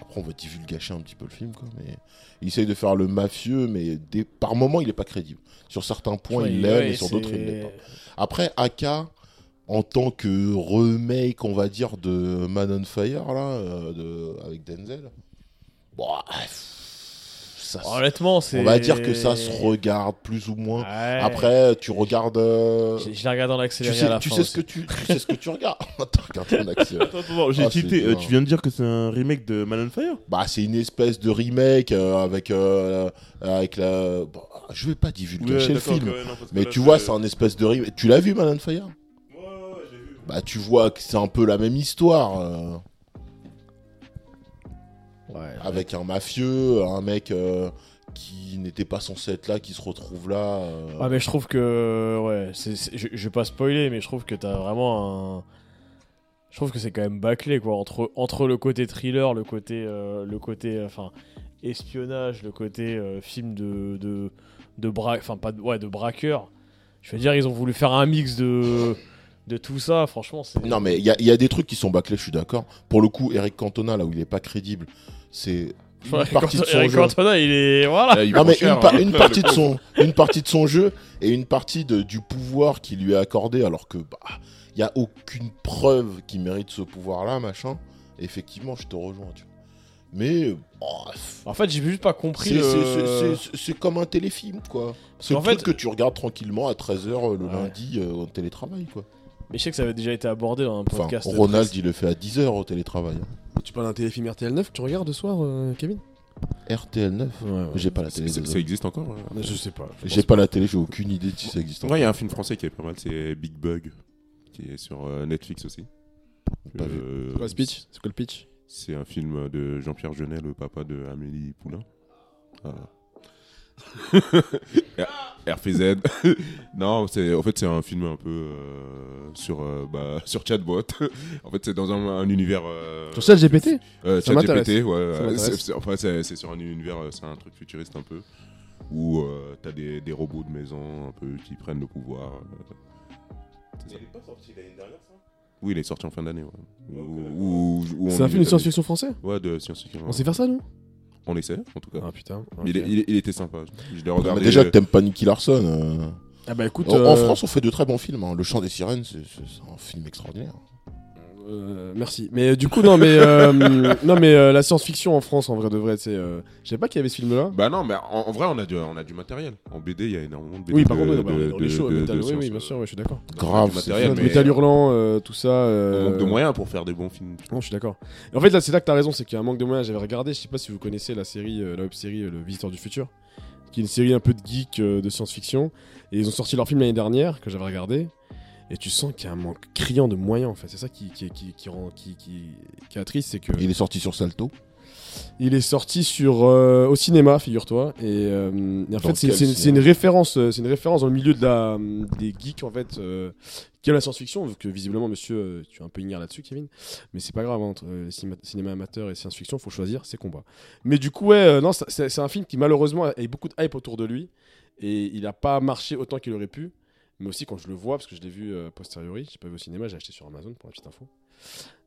Après, on va divulgacher un petit peu le film, quoi. Mais il essaie de faire le mafieux, mais des... par moments, il est pas crédible. Sur certains points, il l'aime,
Ouais,
et sur
c'est-
d'autres, il l'est pas. Après, Aka, en tant que remake, on va dire, de Man on Fire, là, euh, de- avec Denzel, bon, ah, ça se-
Honnêtement, Oh, c'est.
on va dire que ça se regarde plus ou moins.
Ouais.
Après, tu regardes. euh,
Je, je la regarde en
Tu
accéléré à
sais,
la
tu
fin.
sais ce que tu, tu sais ce que tu regardes. <laughs> T'as regardé un
<laughs>
accéléré.
j'ai
Ah, c'est
tilté, euh,
dur.
tu viens de dire que c'est un remake de Man on Fire
Bah, c'est une espèce de remake euh, avec euh, avec la. Bon, je vais pas divulguer
Ouais,
le
d'accord,
film,
ok, ouais, non, parce que
mais
là,
tu vois, c'est un espèce de remake. Tu l'as vu, Man on Fire
Ouais, ouais, ouais, j'ai vu.
Bah, tu vois que c'est un peu la même histoire. euh.
Ouais.
avec un mafieux, un mec euh, qui n'était pas censé être là, qui se retrouve là. euh.
Ah, mais je trouve que. Ouais, c'est- c'est- je, je vais pas spoiler, mais je trouve que t'as vraiment un. Je trouve que c'est quand même bâclé, quoi. Entre, entre le côté thriller, le côté. euh, le côté. euh, Enfin, espionnage, le côté euh, film de. de, de bra... Enfin, pas de. Ouais, de braqueur. Je veux dire, ils ont voulu faire un mix de. de tout ça, franchement, c'est.
Non, mais il y a, il y a des trucs qui sont bâclés, je suis d'accord. Pour le coup, Eric Cantona, là où il est pas crédible, c'est
<laughs>
une
Ouais,
partie de
Cant-
son
Eric
jeu.
Cantona, il est.
Ah.
Voilà!
Eh, il
Non,
prend
mais
cher,
une, par-
hein.
une partie de son, une partie de son jeu et une partie de- du pouvoir qui lui est accordé, alors que bah il y a aucune preuve qui mérite ce pouvoir-là, machin. Effectivement, je te rejoins. Tu vois. Mais oh,
En fait, j'ai juste pas compris.
c'est
le-
c'est- c'est- c'est- c'est comme un téléfilm, quoi. C'est
qu'en
le truc
fait-
que tu regardes tranquillement à 13h le
Ouais.
lundi euh, au télétravail, quoi.
Mais je sais que ça avait déjà été abordé dans un
Enfin,
podcast.
Ronald, il le fait à 10h au télétravail. hein.
Tu parles d'un téléfilm RTL 9 que tu regardes ce soir, euh, Kevin
RTL 9 J'ai pas la
C'est-
télé.
c'est-
désolé.
Ça existe encore ouais.
Mais Je sais pas.
J'ai pas la télé, j'ai aucune idée de si ça existe. hein.
Ouais, il y a un film français qui est pas mal, c'est Big Bug, qui est sur euh, Netflix aussi.
Pas vu.
Euh,
C'est quoi ce pitch C'est quoi le pitch
C'est un film de Jean-Pierre Jeunet, le papa de Amélie Poulain.
<laughs>
Ah. RPZ. <laughs> non, c'est en fait c'est un film un peu euh, sur euh, bah, <laughs> sur chatbot. en fait, c'est dans un, un univers. euh,
Sur ChatGPT
euh,
Ça
ChatGPT,
m'intéresse.
ouais, ouais.
Ça m'intéresse.
C'est- c'est- enfin, c'est c'est sur un univers, euh, c'est un truc futuriste un peu, où euh, t'as des, des robots de maison un peu qui prennent le pouvoir. euh.
Il est pas sorti l'année dernière ça
Oui, il est sorti en fin d'année. Ouais. Où-
Ouais, ok,
où- où- où on
C'est un
y
film de
est allé.
science-fiction français
Ouais, de science-fiction.
On sait faire ça, nous
On essaie, en tout cas.
Ah Bah, putain.
Mais il, est- il est- il était sympa. Je l'ai
Mais
regardé.
déjà
euh,
que t'aimes pas Nicky Larson. euh,
Ah bah écoute.
En, en
euh,
France, on fait de très bons films. hein. Le Chant des Sirènes, c'est c'est- c'est un film extraordinaire.
Euh, merci. Mais euh, du coup, non, mais, euh, <laughs> non, mais euh, la science-fiction en France, en vrai de vrai, c'est. euh, Je savais pas qu'il y avait ce film-là.
Bah non, mais en, en vrai, on a, du, on a du matériel. En BD, il y a énormément de BD.
Oui, par
de-
contre,
de-
bah, on est dans les
de-
shows,
de-
métal,
de
oui,
science,
oui, bien sûr, ouais, je suis d'accord.
Grave,
du matériel,
c'est-
mais-
Métal hurlant, euh, tout ça. euh,
On manque de moyens pour faire des bons films. tu vois.
Non, je suis d'accord. Et En fait, là, c'est là que t'as raison, c'est qu'il y a un manque de moyens. J'avais regardé, je sais pas si vous connaissez la série, euh, la web série Le Visiteur du Futur, qui est une série un peu de geek euh, de science-fiction. Et ils ont sorti leur film l'année dernière, que j'avais regardé.
Et tu sens qu'il y a un manque criant de moyens en fait. C'est ça qui, qui, qui, qui rend, qui, qui, qui est triste, c'est que
Il est sorti sur Salto.
il est sorti sur euh, au cinéma, figure-toi. Et, euh, et en
Dans
fait, c'est
quel
c'est une,
cinéma
c'est une référence, euh, c'est une référence dans le milieu de la des geeks en fait, euh, qui aiment la science-fiction. vu Que visiblement, monsieur, euh, tu es un peu ignare là-dessus, Kevin. Mais c'est pas grave hein, entre euh, cinéma, cinéma amateur et science-fiction, faut choisir ses combats. Mais du coup, ouais, euh, non, ça- c'est c'est un film qui malheureusement a eu beaucoup de hype autour de lui et il a pas marché autant qu'il aurait pu. Mais aussi quand je le vois, parce que je l'ai vu euh, posteriori, j'ai pas vu au cinéma, j'ai acheté sur Amazon pour la petite info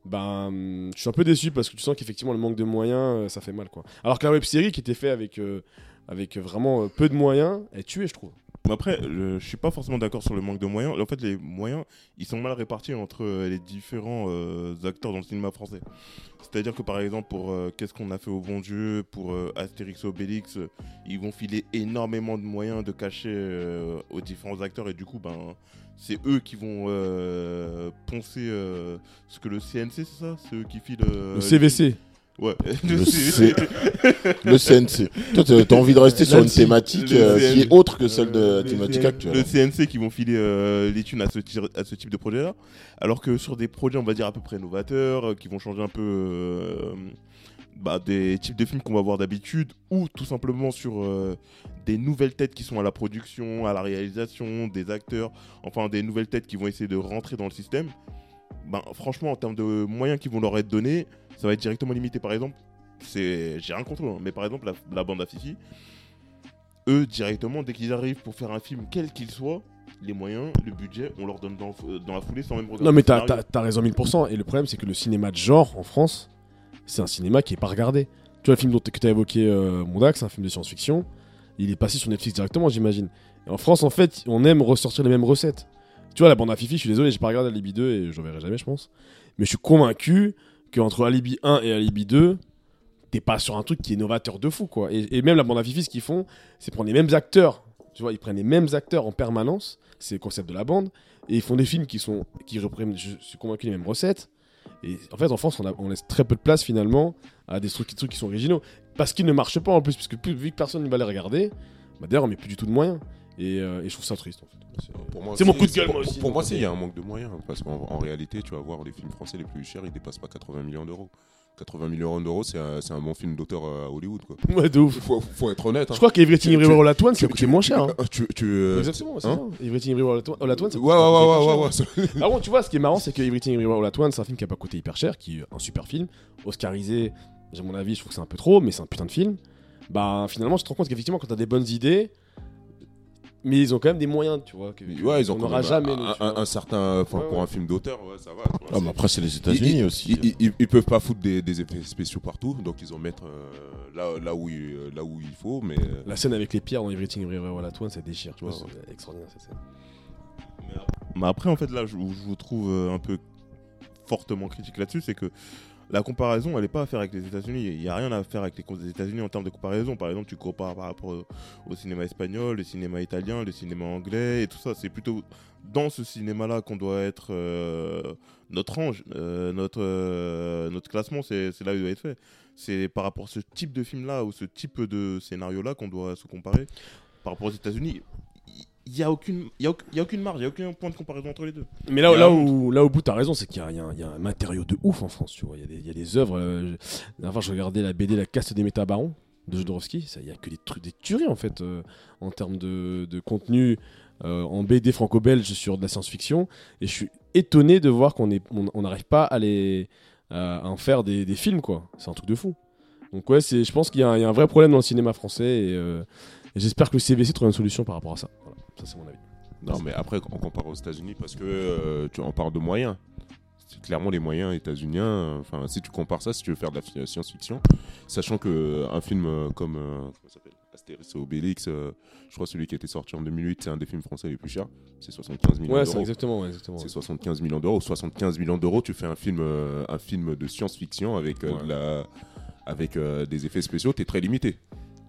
ben hum, je suis un peu déçu parce que tu sens qu'effectivement le manque de moyens euh, ça fait mal quoi alors que la web série qui était faite avec euh, avec vraiment euh, peu de moyens est tuée je trouve
Mais après, je, je suis pas forcément d'accord sur le manque de moyens. En fait, les moyens, ils sont mal répartis entre euh, les différents euh, acteurs dans le cinéma français. C'est-à-dire que par exemple, pour euh, Qu'est-ce qu'on a fait au bon Dieu, pour euh, Astérix Obélix, euh, ils vont filer énormément de moyens de cachet euh, aux différents acteurs et du coup, ben, c'est eux qui vont euh, poncer euh, ce que le CNC, c'est ça C'est eux qui filent. euh,
le CVC
Ouais.
Le C- Le CNC. Toi, t'as- t'as envie de rester sur une thématique
le
euh,
CN.
qui est autre que celle de
Euh,
la
le
thématique
CN
actuelle. hein.
Le CNC qui vont filer euh, les thunes à ce, tir- à ce type de projet-là. Alors que sur des projets, on va dire, à peu près novateurs, euh, qui vont changer un peu euh, bah, des types de films qu'on va voir d'habitude, ou tout simplement sur euh, des nouvelles têtes qui sont à la production, à la réalisation, des acteurs, enfin des nouvelles têtes qui vont essayer de rentrer dans le système. Ben, franchement, en termes de moyens qui vont leur être donnés, ça va être directement limité. Par exemple, c'est j'ai rien contre eux, hein, mais par exemple, la, la bande à Fifi, eux, directement, dès qu'ils arrivent pour faire un film, quel qu'il soit, les moyens, le budget, on leur donne dans, euh, dans la foulée sans même regarder.
non mais
le
t'as
scénario.
t'as- t'as raison 1000% et le problème c'est que le cinéma de genre en France c'est un cinéma qui est pas regardé tu vois le film dont que t'as évoqué euh, Mondax c'est un film de science-fiction il est passé sur Netflix directement j'imagine et en France en fait on aime ressortir les mêmes recettes tu vois la bande à Fifi je suis désolé j'ai pas regardé Alibi 2 et je verrai jamais je pense mais je suis convaincu qu'entre Alibi 1 et Alibi 2 t'es pas sur un truc qui est novateur de fou quoi. Et, et même la bande à Fifi, ce qu'ils font, c'est prendre les mêmes acteurs. Tu vois, ils prennent les mêmes acteurs en permanence, c'est le concept de la bande, et ils font des films qui sont qui reprennent, je suis convaincu, les mêmes recettes. Et en fait, en France, on, a- on laisse très peu de place finalement à des trucs, des trucs qui sont originaux, parce qu'ils ne marchent pas en plus, puisque plus, vu que personne ne va les regarder, bah d'ailleurs, on met plus du tout de moyens. Et, euh, et je trouve ça triste. En fait. C'est-
Pour moi,
C'est mon coup de gueule,
pour-
moi
pour-
aussi.
Pour moi, c'est il y a un manque de moyens. Parce qu'en en réalité, tu vas voir, les films français les plus chers, ils dépassent pas 80 millions d'euros. 80 millions d'euros, c'est un, c'est un bon film d'auteur euh, à Hollywood. Quoi.
Ouais, de ouf.
<laughs> Faut, faut être honnête. hein.
Je crois qu'Evreting
Tu-
Every
tu-
Roll At One, ça
tu-
a coûté moins cher. hein.
Tu, tu, euh,
Exactement, c'est
hein
ça. Everything Everywhere All At One- All At Once, ça
ouais,
coûte
ouais,
pas
ouais,
hyper
ouais,
cher.
ouais, ouais, ça-
Ah bon, tu vois, ce qui est marrant, c'est que Everything Everywhere All At Once, c'est un film qui a pas coûté hyper cher, qui est un super film, oscarisé, à mon avis, je trouve que c'est un peu trop, mais c'est un putain de film. Bah, finalement, tu te rends compte qu'effectivement, quand t'as des bonnes idées, mais ils ont quand même des moyens, tu vois. Que,
Mais ouais, ils ont
qu'on
quand
aura
même
jamais.
un,
nous, tu
un-
vois.
un certain. Enfin,
Ouais,
pour
ouais.
un film d'auteur, ouais, ça va. tu vois,
Ah, mais
c'est-
après, c'est les
Ils-
États-Unis
ils-
aussi.
Ils, ils- ils peuvent pas foutre des, des effets spéciaux partout, donc ils en mettent euh, là, là, où, il- là où il faut, mais. euh,
La scène avec les pierres dans Everything Everywhere All At One, ça déchire, tu vois.
Ouais, ouais.
C'est extraordinaire cette scène.
Mais après, en fait, là je- où je vous trouve euh, un peu fortement critique là-dessus, c'est que la comparaison, elle n'est pas à faire avec les États-Unis. Il n'y a rien à faire avec les cons- les États-Unis en termes de comparaison. Par exemple, tu compares par rapport au- au cinéma espagnol, le cinéma italien, le cinéma anglais et tout ça. C'est plutôt dans ce cinéma-là qu'on doit être euh, notre ange, euh, notre, euh, notre classement, c'est c'est là où il doit être fait. C'est par rapport à ce type de film-là ou ce type de scénario-là qu'on doit se comparer par rapport aux États-Unis. Il n'y a, aucune- il y a, auc- il y a aucune marge, il n'y a aucun point de comparaison entre les deux.
Mais là,
Il y a
là,
un
où, là au bout, t'as raison, c'est qu'il y, a- il y a un- il y a un matériau de ouf en France, tu vois. Il y a des, il y a des œuvres. euh, je- la dernière fois, je regardais la BD La Caste des Métabarons de Jodorowsky. Ça, Il y a que des trucs, des tueries en fait, euh, en termes de, de contenu euh, en BD franco-belge sur de la science-fiction. Et je suis étonné de voir qu'on est- on- on n'arrive pas à, les, euh, à en faire des, des films, quoi. C'est un truc de fou. Donc, ouais, c'est- je pense qu'il y, a un- il y a un vrai problème dans le cinéma français et, euh, et j'espère que le CBC trouve une solution par rapport à ça. Voilà, ça, c'est mon avis.
Non, mais après, on compare aux États-Unis parce que euh, tu en parles de moyens. C'est Clairement, les moyens états-uniens, euh, enfin, si tu compares ça, si tu veux faire de la fi- science-fiction, sachant que euh, un film euh, comme euh, comment ça s'appelle Astérix et Obélix, euh, je crois celui qui était sorti en 2008, c'est un des films français les plus chers, c'est 75 millions
Ouais, c'est
d'euros.
exactement, ouais, exactement.
C'est 75 millions d'euros. 75 millions d'euros, tu fais un film, euh, un film de science-fiction avec, euh,
Ouais.
de la, avec euh, des effets spéciaux, t'es très limité.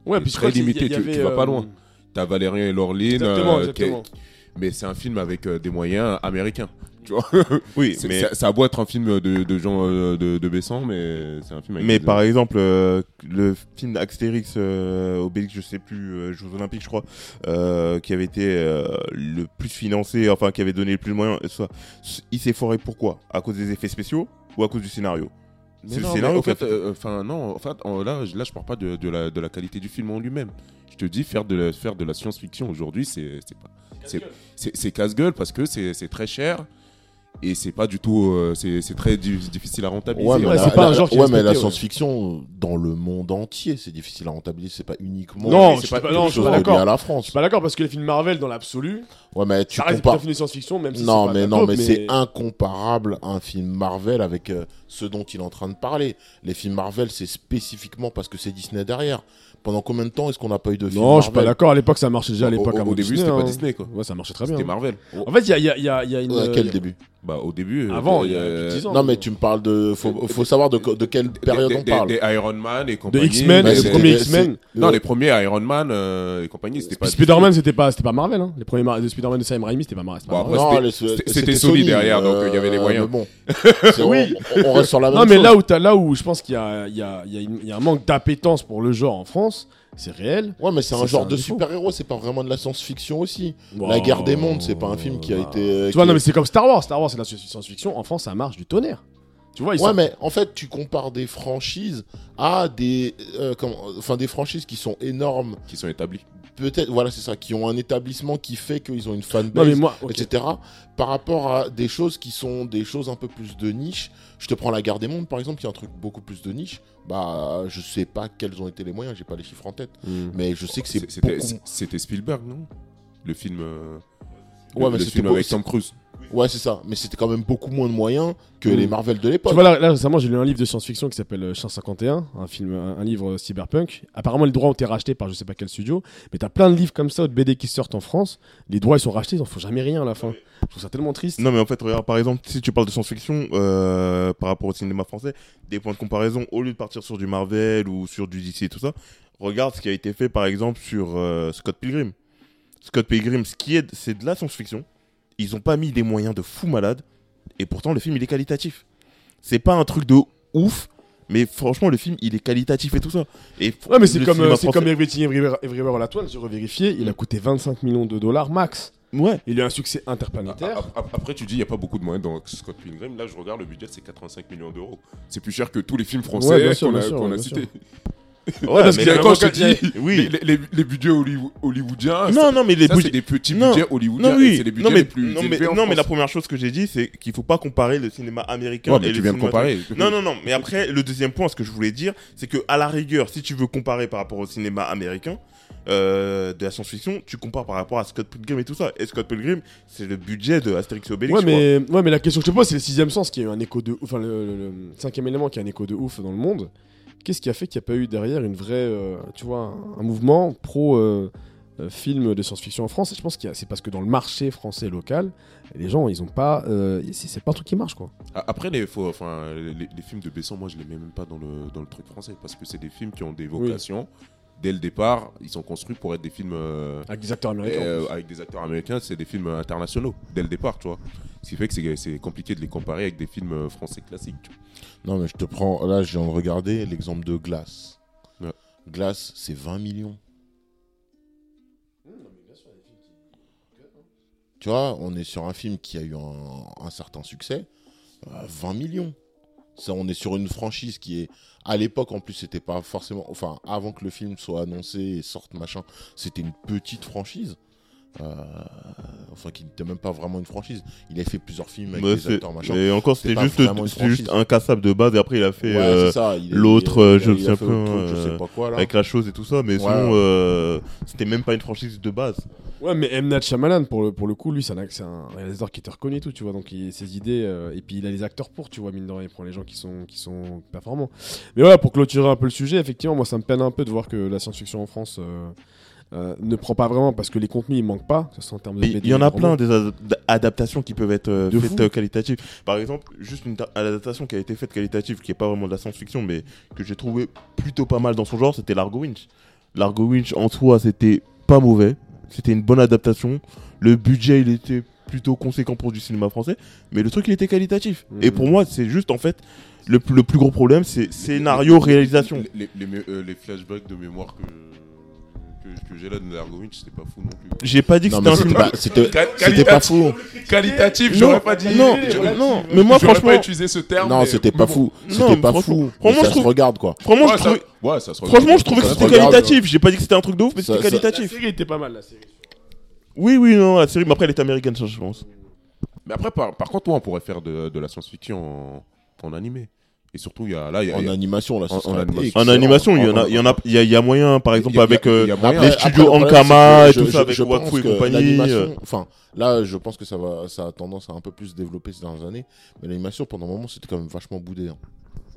Ouais,
C'est
puis je
très
crois qu'il y-
limité,
il y
tu- tu
avait,
vas pas
euh,
loin. T'as Valérien et Laureline,
Exactement,
euh, qui est-
exactement.
mais c'est un film avec euh, des moyens américains. Tu vois
Oui,
C'est-
mais,
ça, ça a beau être un film de, de Jean euh, de, de Besson, mais c'est un film avec
mais
des-
par exemple, euh, le film d'Astérix, euh, Obélix, je sais plus, euh, Jeux Olympiques, je crois, euh, qui avait été euh, le plus financé, enfin qui avait donné le plus de moyens, soit, il s'est foré pourquoi À cause des effets spéciaux ou à cause du scénario
Mais
C'est le
non,
scénario
mais en
qui a
fait, euh, enfin non, en fait, en- là, je- là, je parle pas de, de la, de la qualité du film en lui-même. Je te dis, faire de la, faire de la science-fiction aujourd'hui, c'est c'est pas, c'est- c'est c'est casse-gueule parce que c'est c'est très cher et c'est pas du tout, euh, c'est c'est très di- difficile à rentabiliser.
Ouais, mais,
ouais,
la,
c'est pas un
la-
genre qui est
ouais, mais la
respecté, ouais.
science-fiction, euh, dans le monde entier, c'est difficile à rentabiliser. C'est pas uniquement
Non,
quelque
je suis pas-
chose
non, je suis pas
relié
d'accord.
à la
Je suis
France.
pas d'accord parce que les films Marvel dans l'absolu,
Ouais, mais tu
ça reste
compares.
des films de science-fiction, même si
Non,
c'est pas de
mais
la
non,
dope,
mais c'est incomparable à un film Marvel avec euh, ce dont il est en train de parler. Les films Marvel, c'est spécifiquement parce que c'est Disney derrière. Pendant combien de temps est-ce qu'on n'a pas eu de film
Non, je suis pas
Marvel
d'accord. À l'époque, ça marchait déjà. À
Au-
l'époque,
au-
avant
au début, c'était
hein.
pas Disney, quoi.
Ouais, ça marchait très bien.
C'était Marvel.
En fait, il y a, il y a- il y a- il y a une.
Ouais,
il
Euh, quel
y a-
début
Bah, au début. euh,
Avant,
euh,
il y a plus de 10 ans.
Non, mais tu me parles de. Faut, faut savoir de, de quelle
des-
période
des-
on parle.
Des,
Euh,
des Iron Man et
De
compagnie.
X-Men,
mais
les
c'est-
premiers
c'est-
X-Men.
Non, les premiers Iron Man euh, et compagnie, c'était pas.
Puis Spider-Man, c'était pas, c'était pas Marvel. Hein. Les premiers Mar- de Spider-Man de Sam Raimi, c'était pas Marvel. c'était pas
Bon,
Marvel.
après,
Non,
c'était-
les-
c'était-
c'était
c'était Sony derrière, donc,
euh,
il y avait les moyens. <laughs>
mais bon, C'est- on, on reste sur la même
Non, mais
chose.
là où, t'as- là où je pense qu'il y a, il y,
Ah,
a, il y, a une- il y a un manque d'appétence pour le genre en France, c'est réel.
Ouais, mais c'est un
C'est
genre
un
de
défaut.
super-héros, c'est pas vraiment de la science-fiction aussi.
Wow.
La guerre des mondes, c'est pas un film qui a été. euh,
Tu vois,
qui-
non, mais c'est comme Star
Oh,
Wars. Star Wars, c'est de la science-fiction. En France, ça marche du tonnerre. Tu vois, ils
Ouais,
sortent-
mais en fait, tu compares des franchises à des, euh, comment- enfin, des franchises qui sont énormes.
qui sont établis.
Peut-être, voilà, c'est ça, qui ont un établissement qui fait qu'ils ont une fanbase.
Non, mais moi, ok.
etc. Par rapport à des choses qui sont des choses un peu plus de niche. Je te prends la Guerre des Mondes, par exemple, qui est un truc beaucoup plus de niche. Bah, je sais pas quels ont été les moyens, j'ai pas les chiffres en tête.
Hmm.
Mais je sais que c'est
C'est- C'était
beaucoup-
c'était Spielberg, non Le film. euh,
Ouais,
le-
mais
le
c'était
film
beau-
avec Tom Cruise.
Ouais, c'est ça. Mais c'était quand même beaucoup moins de moyens que
Mm.
les Marvel de l'époque.
Tu vois, là, là, récemment, j'ai lu un livre de science-fiction qui s'appelle euh, Chien 51, un, film, un, un livre euh, cyberpunk. Apparemment, les droits ont été rachetés par je sais pas quel studio, mais t'as plein de livres comme ça ou de BD qui sortent en France. Les droits, ils sont rachetés, ils en font jamais rien à la fin. Je trouve ça tellement triste.
Non, mais en fait, regarde, par exemple, si tu parles de science-fiction euh, par rapport au cinéma français, des points de comparaison, au lieu de partir sur du Marvel ou sur du DC et tout ça, regarde ce qui a été fait, par exemple, sur euh, Scott Pilgrim. Scott Pilgrim, ce qui est, c'est de la science-fiction. Ils ont pas mis des moyens de fou malade, et pourtant, le film, il est qualitatif. C'est pas un truc de ouf, mais franchement, le film, il est qualitatif et tout ça. Et
Ouais, mais c'est
le
comme,
cinéma
euh, c'est
français-
comme Everything Everywhere, Everywhere All At Once, j'ai revérifié, il a coûté 25 millions de dollars max.
Ouais.
Il a eu un succès
A-
interplanétaire.
a- a- Ah, Après, tu dis, il n'y a pas beaucoup de moyens dans Scott Pilgrim. Là, je regarde, le budget, c'est 85 millions d'euros. C'est plus cher que tous les films
Ouais,
français
bien sûr,
qu'on a,
bien sûr,
qu'on a
bien sûr.
cités. <laughs>
Ouais,
Parce
mais
que quand je te
quand il y a-
dis, les,
Oui.
les- <laughs> les- les budgets hollywo- hollywoodiens,
Non, non, mais les
ça, Ah, c'est
budgets-
des petits
Non.
budgets hollywoodiens.
Non, oui.
et C'est les budgets
non, mais,
les plus
non, mais,
élevés en
non, mais
France.
la première chose que j'ai dit, c'est qu'il faut pas comparer le cinéma américain
Ouais,
et
mais
le
tu viens de
cinéma
comparer.
Non, non, non. Mais après, le deuxième point, ce que je voulais dire, c'est que à la rigueur, si tu veux comparer par rapport au cinéma américain euh, de la science-fiction, tu compares par rapport à Scott Pilgrim et tout ça. Et Scott Pilgrim, c'est le budget de Astérix et Obélix.
Ouais
je crois.
mais, ouais, mais la question que je te pose, c'est le sixième sens qui a eu un écho de ouf, enfin le, le- le cinquième élément qui a un écho de ouf dans le monde. Qu'est-ce qui a fait qu'il n'y a pas eu derrière une vraie, euh, tu vois, un- un mouvement pro euh, euh, film de science-fiction en France Et je pense que c'est parce que dans le marché français local, les gens, ils ont pas, euh, c'est c'est pas un truc qui marche quoi.
A- Après, les, faut- enfin, les, les films de Besson, moi, je les mets même pas dans le, dans le truc français parce que c'est des films qui ont des vocations. Dès le départ, ils sont construits pour être des films. euh,
Avec des acteurs américains.
Et, euh, avec des acteurs américains, c'est des films internationaux dès le départ, tu vois. Ce qui fait que c'est- c'est compliqué de les comparer avec des films euh, français classiques. tu vois.
Non, mais je te prends, là, je viens de regarder l'exemple de Glace.
Ouais.
Glace, c'est 20 millions. Tu vois, on est sur un film qui a eu un, un certain succès. Euh, 20 millions. Ça, on est sur une franchise qui est. À l'époque, en plus, c'était pas forcément. Enfin, avant que le film soit annoncé et sorte, machin, c'était une petite franchise. Euh, enfin, qui n'était même pas vraiment une franchise. Il a fait plusieurs films avec
Mais
des acteurs, machin.
c'est- et encore,
C'est
c'était
pas
juste,
vraiment une
c'était juste
franchise.
un cassable de base. Et après, il a fait
Ouais,
euh,
c'est ça, il-
l'autre,
il-
euh,
il-
je
il a
sais
fait
plus,
autre truc, je
euh,
sais pas quoi, là.
avec la chose et tout ça. Mais
Ouais.
sinon, euh, c'était même pas une franchise de base.
Ouais, mais M. Night Shyamalan, pour le, pour le coup, lui, c'est un, c'est un réalisateur qui te reconnaît et tout, tu vois. Donc, il, ses idées, euh, et puis il a les acteurs pour, tu vois, mine de rien, il prend les gens qui sont, qui sont performants. Mais voilà, pour clôturer un peu le sujet, effectivement, moi, ça me peine un peu de voir que la science-fiction en France euh, euh, ne prend pas vraiment parce que les contenus, ils manquent pas, que ce soit en termes de.
Mais
BD,
Il y en a
de romans.
plein des ad- adaptations qui peuvent être euh,
De
faites
fou.
euh, qualitatives. Par exemple, juste une ta- adaptation qui a été faite qualitative, qui est pas vraiment de la science-fiction, mais que j'ai trouvé plutôt pas mal dans son genre, c'était Largo Winch. Largo Winch en soi, c'était pas mauvais. C'était une bonne adaptation. Le budget, il était plutôt conséquent pour du cinéma français, mais le truc il était qualitatif.
Mhm.
Et pour moi, c'est juste en fait le, le plus gros problème, c'est scénario, réalisation.
Les, les- les mé- euh, les flashbacks de mémoire que, que, que j'ai là de Nargovitch, c'était pas fou non plus.
J'ai pas dit que
Non,
c'était
mais
un
hein, c'était
film.
pas, c'était,
Quali-
c'était pas fou.
Qualitatif,
Non,
j'aurais pas dit.
non,
j'aurais-
non, mais moi
j'aurais
franchement,
pas utilisé ce terme.
Non,
mais-
c'était
mais
pas
bon.
fou.
Non,
C'était
mais
pas
franchement-
fou. Mais
franchement,
ça
je
se
trouve-
regarde, quoi.
franchement,
Ouais,
je
ça-
trouvais,
Ouais, ça se regarde.
franchement, je trouvais que
Ça se
c'était
regarde.
qualitatif. J'ai pas dit que c'était un truc de ouf, mais
Ça-
c'était
ça-
qualitatif.
série était pas mal, la série.
Oui, oui, non, la série, mais après elle est américaine, ça, je pense.
Mais après, par, par contre, ouais, on pourrait faire de, de la science-fiction en, en animé. Et surtout, il y a, là, il y a.
En animation, là, ce
En- en
serait
animation.
excellent.
En animation, il y en
en-
a, il y en a, il y a- il y a moyen, par exemple,
il y a-
avec
il y a-
euh,
il y a
Après-
moyen-
les
après,
studios
le problème,
Ankama
c'est
et
que
tout
je-
ça,
je-
avec
je pense
Wakfu et
que
compagnie,
l'animation-
euh.
Enfin, là, je pense que ça, va, ça a tendance à un peu plus se développer ces dernières années. Mais l'animation, pendant un moment, c'était quand même vachement boudé. hein.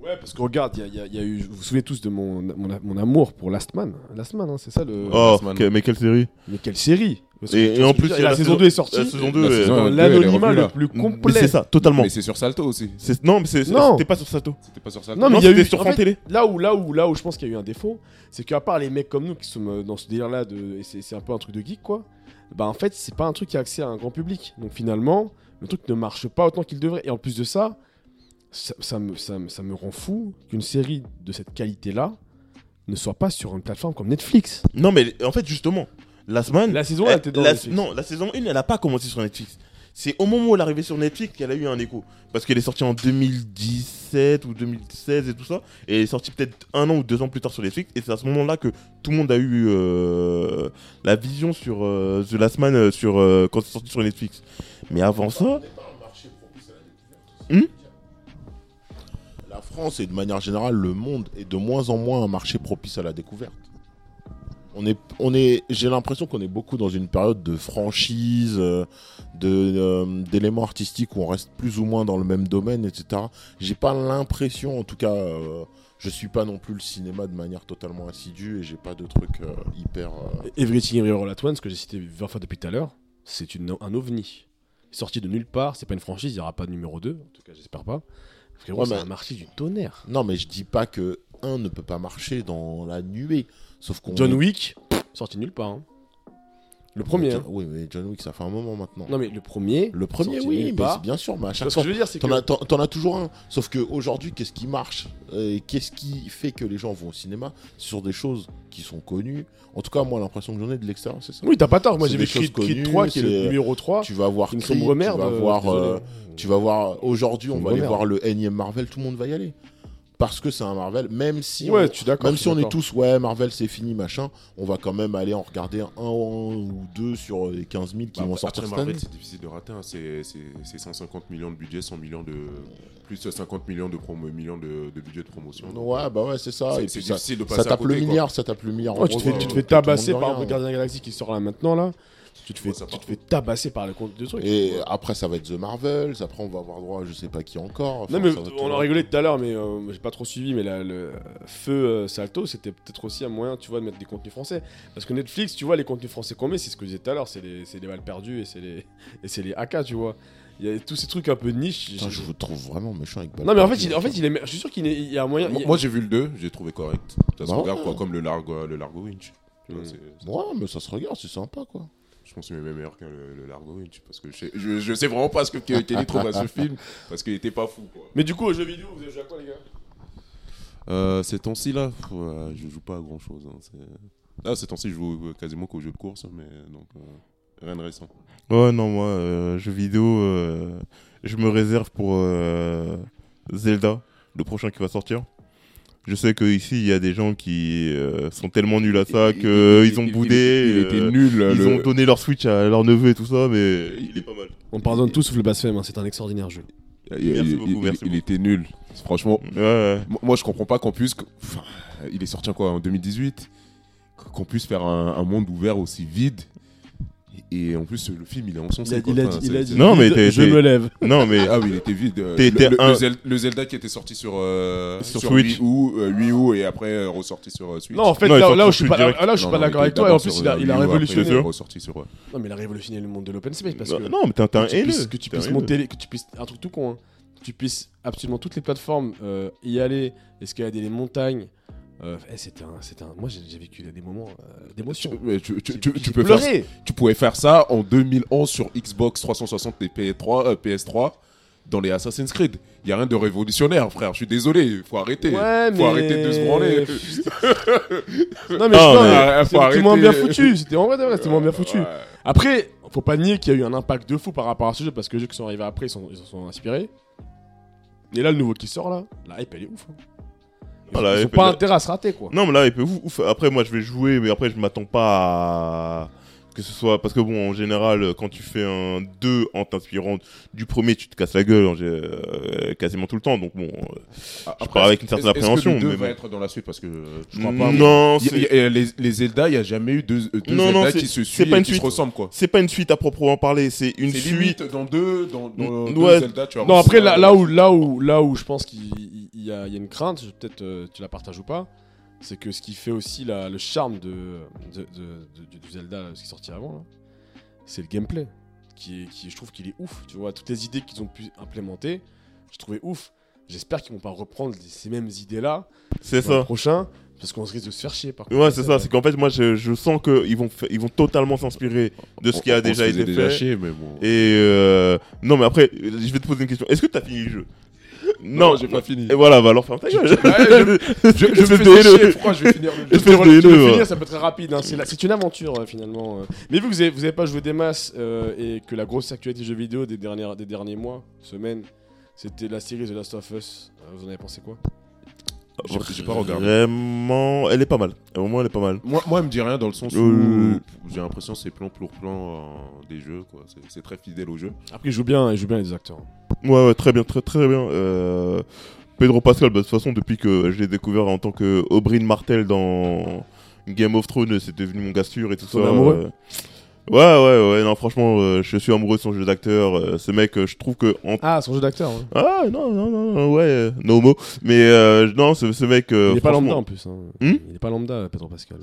Ouais, parce que regarde, il y a- il y, a- il y a eu. Vous vous souvenez tous de mon, mon, mon amour pour Last Man. Last Man, hein, c'est ça le.
Oh,
Batman.
que- mais quelle série
Mais quelle série Parce que-
Et, et en plus,
la
il y a
saison 2 est sortie.
La saison
La
2 est- Mm.
saison
dans
Ouais,
l'anonymat
elle est
le
revenue,
plus
là.
Mais
complet.
c'est ça, totalement.
Mais c'est sur Salto aussi.
C'est- Non, mais c'est- c'est-
Non.
c'était pas sur Sato.
C'était pas sur Salto.
Non, mais
Non,
il y a
c'était
eu.
sur
en
France
fait,
Télé.
Là où, là où, là où je pense qu'il y a eu un défaut, c'est qu'à part les mecs comme nous qui sommes euh, dans ce délire-là, de, et c'est, c'est un peu un truc de geek, quoi. Bah en fait, c'est pas un truc qui a accès à un grand public. Donc finalement, le truc ne marche pas autant qu'il devrait. Et en plus de ça, ça, ça me, ça, me, ça me rend fou qu'une série de cette qualité-là ne soit pas sur une plateforme comme Netflix.
Non, mais en fait, justement, Last Man.
La saison 1
elle-
était dans
Eh, la-
Netflix.
Non, la saison 1, elle a pas commencé sur Netflix. C'est au moment où elle est arrivée sur Netflix qu'elle a eu un écho. Parce qu'elle est sortie en 2017 ou 2016 et tout ça. Et elle est sortie peut-être un an ou deux ans plus tard sur Netflix. Et c'est à ce moment-là que tout le monde a eu euh, la vision sur euh, The Last Man euh, sur, euh, quand c'est sorti sur Netflix. Mais avant ça.
La France et de manière générale, le monde est de moins en moins un marché propice à la découverte. On est, on est, j'ai l'impression qu'on est beaucoup dans une période de franchise, euh, de, euh, d'éléments artistiques où on reste plus ou moins dans le même domaine, etc. J'ai pas l'impression, en tout cas, euh, je suis pas non plus le cinéma de manière totalement assidue et j'ai pas de trucs euh, hyper. euh,
Everything Everywhere All At Once, que j'ai cité 20 fois depuis tout à l'heure, c'est une, un ovni. Sorti de nulle part, c'est pas une franchise, il n'y aura pas de numéro 2, en tout cas j'espère pas. Frérot,
Ouais,
c'est
mais-
un marché du tonnerre.
Non, mais je dis pas que un ne peut pas marcher dans la nuée, sauf qu'on.
John
est-
Wick, pff, sorti nulle part. hein. Le premier. hein.
Oui, mais John Wick, ça fait un moment maintenant.
Non mais le premier.
Le premier,
sorti
oui,
bah.
nulle
mais
part.
c'est bien sûr, mais à
Tu
chaque
vois, Ce que
fois.
je veux dire, c'est que.
T'en as, t'en- t'en as toujours un. Sauf qu'aujourd'hui, qu'est-ce qui marche Et Qu'est-ce qui fait que les gens vont au cinéma C'est sur des choses qui sont connues. En tout cas, moi, l'impression que j'en ai de l'extérieur, c'est ça.
Oui, t'as pas tort. Moi
C'est
j'ai
des
vu Creed,
choses
Creed
connues,
3 qui est le
c'est-
numéro 3.
Tu vas voir
Une
Creed,
sombre
tu
merde.
vas
euh,
voir,
désolé.
euh, tu vas voir. Aujourd'hui, on
Sombre
va aller
merde.
voir le énième Marvel. Tout le monde va y aller parce que c'est un Marvel. Même si,
Ouais,
on,
tu d'accord.
même
je
si
suis
on est
d'accord.
tous ouais Marvel, c'est fini, machin. On va quand même aller en regarder un ou deux sur les 15 000 qui
Bah,
vont
après,
sortir
après,
cette année.
Marvel, c'est difficile de rater. hein. C'est c'est- c'est 150 millions de budget, 100 millions de. Plus 50 millions de, promo, millions de, de budget de promotion. Donc,
Ouais, bah ouais, c'est ça.
C'est-
Et puis
c'est
ça,
difficile de
ça
passer à
tape le
côté, quoi.
milliard, ça tape le milliard. en
Oh, tu te
gros,
fais,
euh,
tu te
tout
fais
le
tabasser
monde
par
veut
le
rien, hein.
Gardien de la Galaxie qui sort là maintenant là. Tu te fais,
Ouais, ça
tu
part
te fais tabasser par le compte de trucs.
Et après, ça va être The Marvels. Après, on va avoir droit à je sais pas qui encore. Enfin,
Non mais
ça va être-
on en rigolait tout à l'heure, mais euh, j'ai pas trop suivi, mais la- le feu euh, Salto, c'était peut-être aussi un moyen, tu vois, de mettre des contenus français. Parce que Netflix, tu vois, les contenus français qu'on met, c'est ce que je disais tout à l'heure, c'est les, c'est les balles perdues et c'est les, et c'est les AK, tu vois. Il y a tous ces trucs un peu niche.
Putain, je vous trouve vraiment méchant avec
Non mais en fait,
Baldur.
il, en fait, il est, je suis sûr qu'il est- il y a un moyen.
Moi,
il-
moi, j'ai vu le 2, j'ai trouvé correct. Ça se
Bah
regarde
ouais. Mm.
quoi, comme le Largo, le Largo Winch. Tu vois, c'est-
Ouais, mais ça se regarde, c'est sympa quoi.
Je pense qu'il est même meilleur que le, le Largo Winch. Parce que je sais, je, je sais vraiment pas ce que Kelly trouve à ce film. Parce qu'il était pas fou. Quoi.
Mais du coup, aux jeux vidéo, vous avez joué à quoi, les gars
Euh, ces temps-ci là, pff, ouais, je joue pas à grand chose. Là, ces temps-ci, je joue euh, quasiment qu'aux jeux de course, mais donc euh, rien de récent.
Ouais, non, moi, euh, jeux vidéo, euh, je me réserve pour euh, Zelda, le prochain qui va sortir. Je sais que ici il y a des gens qui euh, sont tellement nuls à ça
Il- il-
qu'ils
il-
ont
il-
boudé.
Il, il était
euh,
nul.
ils
le-
ont donné leur Switch à leur neveu et tout ça, mais il est pas mal.
On pardonne tous sauf le blasphème, hein, c'est un extraordinaire jeu.
il- il-
Merci
il-
beaucoup,
il-
merci
il
beaucoup.
était nul. Franchement,
Ouais, ouais.
Moi- Moi, je comprends pas qu'on puisse. enfin, il est sorti en quoi En 2018 Qu'on puisse faire un, un monde ouvert aussi vide. Et en plus, le film, il est en son
Il a, il a dit, il a dit,
Non, mais t'es-
je
t'es-
me lève.
Non,
<laughs>
mais
Ah oui, il était vide. euh,
T'es-
le,
t'es
le-
un-
le Zel- le Zelda qui était sorti sur, euh,
Sur
sur
Switch.
8 août, euh, 8 août et après euh, ressorti sur euh, Switch.
Non, en fait,
Non, il
là,
sort
là
sur
où je suis
Switch
pas,
direct.
là, là où je suis
Non,
pas
non,
d'accord
il
avec
était
toi, et en
d'abord
plus,
sur,
il a,
euh,
il a
8 août, après,
révolutionné.
il est ressorti sur. euh,
Non, mais il a révolutionné le monde de l'open space parce que.
Bah, non, mais t'es un, t'es un
que tu
haineux.
puisses, que tu
T'es un
puisses
haineux.
monter, les- que tu puisses un truc tout con, hein, que tu puisses absolument toutes les plateformes euh, y aller, escalader les montagnes,
Euh, eh, c'était un, c'était un- Moi, j'ai j'ai vécu des moments euh, d'émotion.
Mais tu, tu-
J'ai-
tu-
j'ai
tu peux faire,
pleuré.
tu pouvais faire ça en 2011 sur Xbox 360 et PS3, euh, PS3 dans les Assassin's Creed. Il y a rien de révolutionnaire, frère. Je suis désolé, faut arrêter.
Ouais,
faut
mais-
arrêter de se branler.
<laughs> Non, mais
Non, mais,
non, mais
euh, faut
c'était
arrêter.
moins bien foutu. C'était en vrai, de vrai, c'était moins bien foutu.
Euh, Ouais.
Après, faut pas nier qu'il y a eu un impact de fou par rapport à ce jeu parce que les jeux qui sont arrivés après, ils s'en ils s'en sont inspirés. Et là, le nouveau qui sort là, la hype elle est ouf. hein. Ils
Ah,
ont-
la
ils ont
hype,
pas
elle-
intérêt à se rater quoi.
Non, mais là, il peut ouf, ouf. Après, moi, je vais jouer, mais après, je m'attends pas à que ce soit. Parce que, bon, en général, quand tu fais un 2 en t'inspirant du premier, tu te casses la gueule en gé- euh, quasiment tout le temps. Donc, bon. euh,
Après,
pars avec une certaine
est-ce-
appréhension,
Est-ce que le
mais
2 va
bon.
être dans la suite parce que euh, je crois pas.
Non,
Il y a-
c'est-
il y a- les, les Zelda, il y a jamais eu deux, euh, deux
Non,
Zelda
non, c'est-
qui se
c'est
suivent
pas
et
une
qui
suite.
se ressemblent quoi.
C'est pas une suite à proprement parler, c'est une
C'est
suite.
limite dans deux, dans, dans
Mm,
deux
ouais.
Zelda, tu vas
Non,
voir
après
ça.
euh,
là, là où là où là où je pense qu'il il- il y, a il y a une crainte, je- peut-être euh, tu la partages ou pas, c'est que ce qui fait aussi la- le charme de, de, de- de- du Zelda là, ce qui est sorti avant là, c'est le gameplay qui est, qui je trouve qu'il est ouf, tu vois, toutes les idées qu'ils ont pu implémenter, je trouvais ouf. J'espère qu'ils vont pas reprendre les- ces mêmes idées là
C'est
dans le
ça.
prochain parce qu'on risque de se faire chier par contre.
Ouais, c'est ça. C'est qu'en fait, moi, je, je sens qu'ils vont, fa- ils vont totalement s'inspirer de ce qui
On-
a
on se
déjà
faisait
été
déjà
fait.
chier, mais bon.
Et euh, non, mais après, je vais te poser une question. Est-ce que t'as fini le jeu
Non, j'ai pas fini.
Et voilà, bah alors ferme ta gueule. <laughs>
Je, je
Espèce
me
de
faisais
haineux.
chier, pourquoi je vais finir le jeu
Espèce de
Je vais
haineux, hein.
finir, ça peut être très rapide. hein. C'est la- C'est une aventure euh, finalement. euh. Mais vu que vous avez, vous avez pas joué des masses euh, et que la grosse actualité jeux vidéo des, dernières, des derniers mois, semaines, c'était la série The Last of Us. Euh, vous en avez pensé quoi
J'ai- j'ai pas regardé.
Vraiment, elle est pas mal. Au moins, elle est pas mal.
Moi, moi, elle me dit rien dans le sens où
Euh.
j'ai l'impression que c'est plan pour plan euh, des jeux, quoi. C'est- C'est très fidèle au jeu.
Après, ils jouent bien, ils jouent bien les acteurs.
Ouais, ouais, très bien, très très bien. Euh, Pedro Pascal, bah, de toute façon, depuis que je l'ai découvert en tant que Oberyn Martel dans Game of Thrones, c'est devenu mon gars sûr et tout ça.
T'en es amoureux
euh, Ouais, ouais, ouais, non, franchement, euh, je suis amoureux de son jeu d'acteur. euh, ce mec, euh, je trouve que. en-
Ah, son jeu d'acteur.
Ah, non, non, non, non, ouais, euh, no homo. Mais euh, non, ce, ce mec. euh,
Il est pas
franchement-
lambda en plus. hein.
Hmm
il est pas lambda, Pedro Pascal.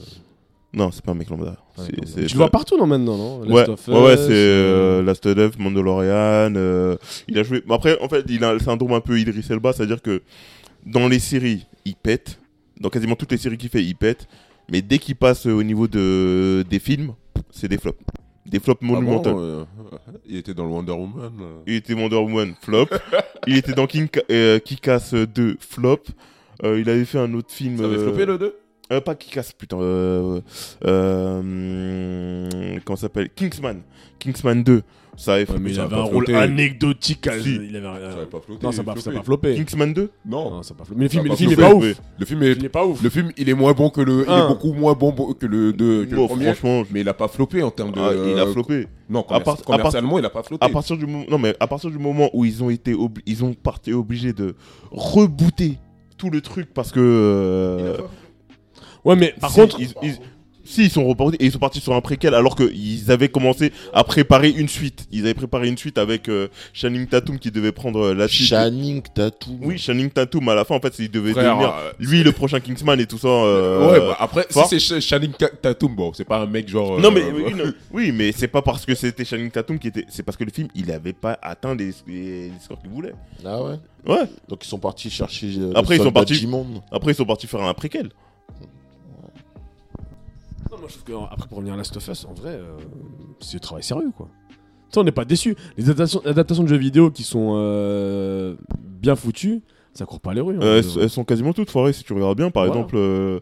Non, c'est pas un mec lambda. C'est- c'est-
Tu le vois partout non maintenant, non Last
Ouais,
of
ouais, ouais,
Us,
c'est euh, Last of Us, Mandalorian. euh, il a joué. mais Après, en fait, il a le syndrome un peu Idris Elba, c'est-à-dire que dans les séries, il pète. Dans quasiment toutes les séries qu'il fait, il
Ah
pète. Mais dès qu'il passe au niveau de, des films, c'est des flops. Des flops monumentaux.
Ah bon, euh, <laughs> il était dans le Wonder Woman. euh.
Il était Wonder Woman,
<laughs>
flop. il était dans King euh, Kick-Ass 2, flop. Euh, il avait fait un autre film.
Ça avait
euh,
flopé le 2
euh, pas qui casse, putain. Euh, euh, hum, comment ça s'appelle Kingsman. Kingsman 2. Ça avait
Ouais, mais il
ça
avait
a
un
pas
rôle
flotté.
anecdotique. à-
Si.
il avait un-
Ça avait pas flopé.
Non, ça
il
va
est
ça
flopé.
va flopper.
Kingsman 2
Non.
Non, ça va flopper. Mais le film,
Ça
le
va
film est
flopper,
pas ouf.
Le film
Le
est.
film est pas ouf.
Le film, il est moins bon que le. Il
Un.
est beaucoup moins bon bo- que le 2.
Bon,
premier.
franchement, je-
Mais il a pas floppé en termes de.
Ah, il a
euh,
flopé.
Non,
À part-
commerci- commercialement, il a pas
À
flotté.
partir du moment, non mais à partir du moment où ils ont été, obli- ils ont parti obligés de rebooter tout le truc parce que. euh,
Ouais, mais par
si,
contre,
ils, ils- si ils sont reportés et ils sont partis sur un préquel alors qu'ils avaient commencé à préparer une suite. Ils avaient préparé une suite avec euh, Channing Tatum qui devait prendre euh, la suite.
Shining Tattoo.
Oui, Channing Tatum à la fin en fait, il devait
Frère,
devenir
euh,
lui le prochain Kingsman et tout ça. euh,
Ouais, bah, après, si
fort.
c'est Sh- Channing Ta- Tatum, bon, c'est pas un mec genre.
Non
euh,
mais oui,
<laughs>
non. oui, mais c'est pas parce que c'était Channing Tatum qui était, c'est parce que le film il avait pas atteint les, les- les scores qu'il voulait.
Ah ouais
Ouais.
Donc ils sont partis chercher. euh, le
Après, ils sont
soldat
partis-
Jimon.
Après ils sont partis faire un préquel. Euh,
Non, moi je trouve que, euh, après pour revenir à Last of Us, en vrai, euh, c'est du travail sérieux quoi. Ça, on n'est pas déçu. Les adaptations, adaptations de jeux vidéo qui sont euh, bien foutues, ça court pas les rues. hein.
Euh, elles, elles sont quasiment toutes foirées si tu regardes bien. Par
Voilà.
exemple, euh,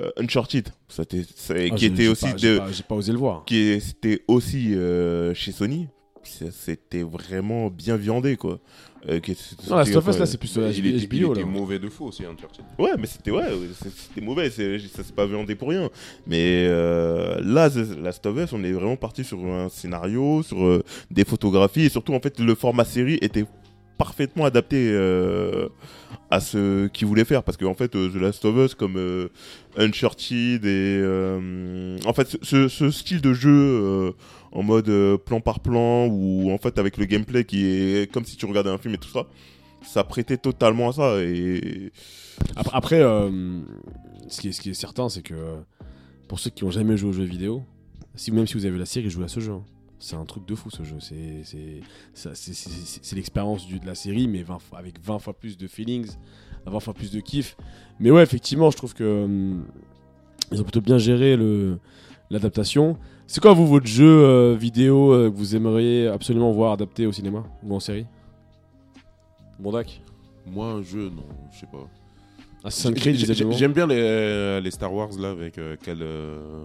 euh, Uncharted, ça t'est- ça-
Ah,
qui
j'ai-
était
j'ai
aussi
pas- J'ai
de-
pas, j'ai pas osé le voir.
qui était aussi euh, chez Sony. c'est- C'était vraiment bien viandé quoi. Euh, qui- c'était-
Non, Last of Us
c'était-
là, c'est plus euh,
il était, il
HBO
était
là.
mauvais de faux aussi, hein, Churchill.
Ouais, mais c'était ouais, c'est- c'était mauvais, c'est- ça s'est pas viandé pour rien. Mais euh, là, The Last of Us, on est vraiment parti sur un scénario, sur euh, des photographies, et surtout en fait le format série était parfaitement adapté euh, à ce qu'ils voulaient faire, parce qu'en fait euh, The Last of Us comme euh, Uncharted et euh, en fait ce, ce style de jeu euh, en mode euh, plan par plan ou en fait avec le gameplay qui est comme si tu regardais un film et tout ça. Ça prêtait totalement à ça et
Après, après, euh, ce, qui est, ce qui est certain, c'est que euh, pour ceux qui ont jamais joué aux jeux vidéo, si, même si vous avez vu la série, jouez à ce jeu. hein.
C'est un truc de fou ce jeu. C'est c'est- ça- c'est- c'est- c'est- c'est l'expérience du- de la série, mais 20 fois- avec 20 fois plus de feelings, 20 fois plus de kiff. Mais ouais, effectivement, je trouve que hum, ils ont plutôt bien géré le l'adaptation. C'est quoi vous votre jeu euh, vidéo euh, que vous aimeriez absolument voir adapté au cinéma ou en série Bondac
Moi, un jeu, non, je sais pas.
Assassin's Creed,
J'ai- j'ai-
visiblement.
J'aime bien les, euh, les Star Wars là avec euh, Cal. euh,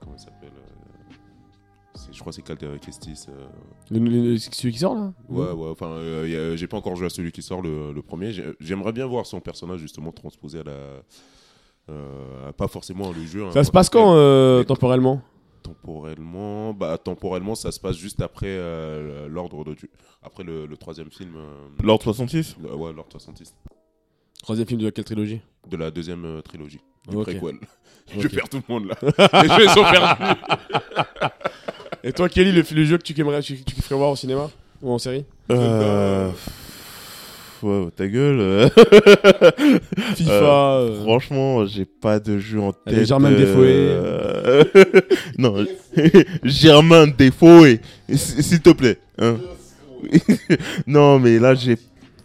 Comment il s'appelle euh, c'est- Je crois que c'est Cal euh, Kestis. euh,
Le- le- le- Celui qui sort là Mmh.
Ouais, ouais, enfin, euh, y a- j'ai pas encore joué à celui qui sort le, le premier. J'ai- J'aimerais bien voir son personnage justement transposé à la. euh, à pas forcément le jeu. hein,
Ça se
en
passe
tant que
quand
tel.
euh, temporellement
Temporellement, bah, temporellement, ça se passe juste après euh, l'ordre de Dieu. Après le, le troisième film. euh,
L'ordre 66
le- ouais, l'ordre 66.
Troisième film de quelle trilogie
De la deuxième euh, trilogie. Du
Ok.
préquel. <laughs> Je
Ok.
perds tout le monde là. Les jeux ils sont perdus.
Et toi, Kelly, le, le jeu que tu aimerais, tu, tu kifferais voir au cinéma ou en série
Euh. pff, ouais, ta gueule. euh,
<laughs> FIFA. euh,
Franchement, j'ai pas de jeu en
Allez,
tête.
Germaine Defoe.
euh, <laughs> non, <laughs> Germain Defoe, s- s'il te plaît. hein. <laughs> non, mais là, j'ai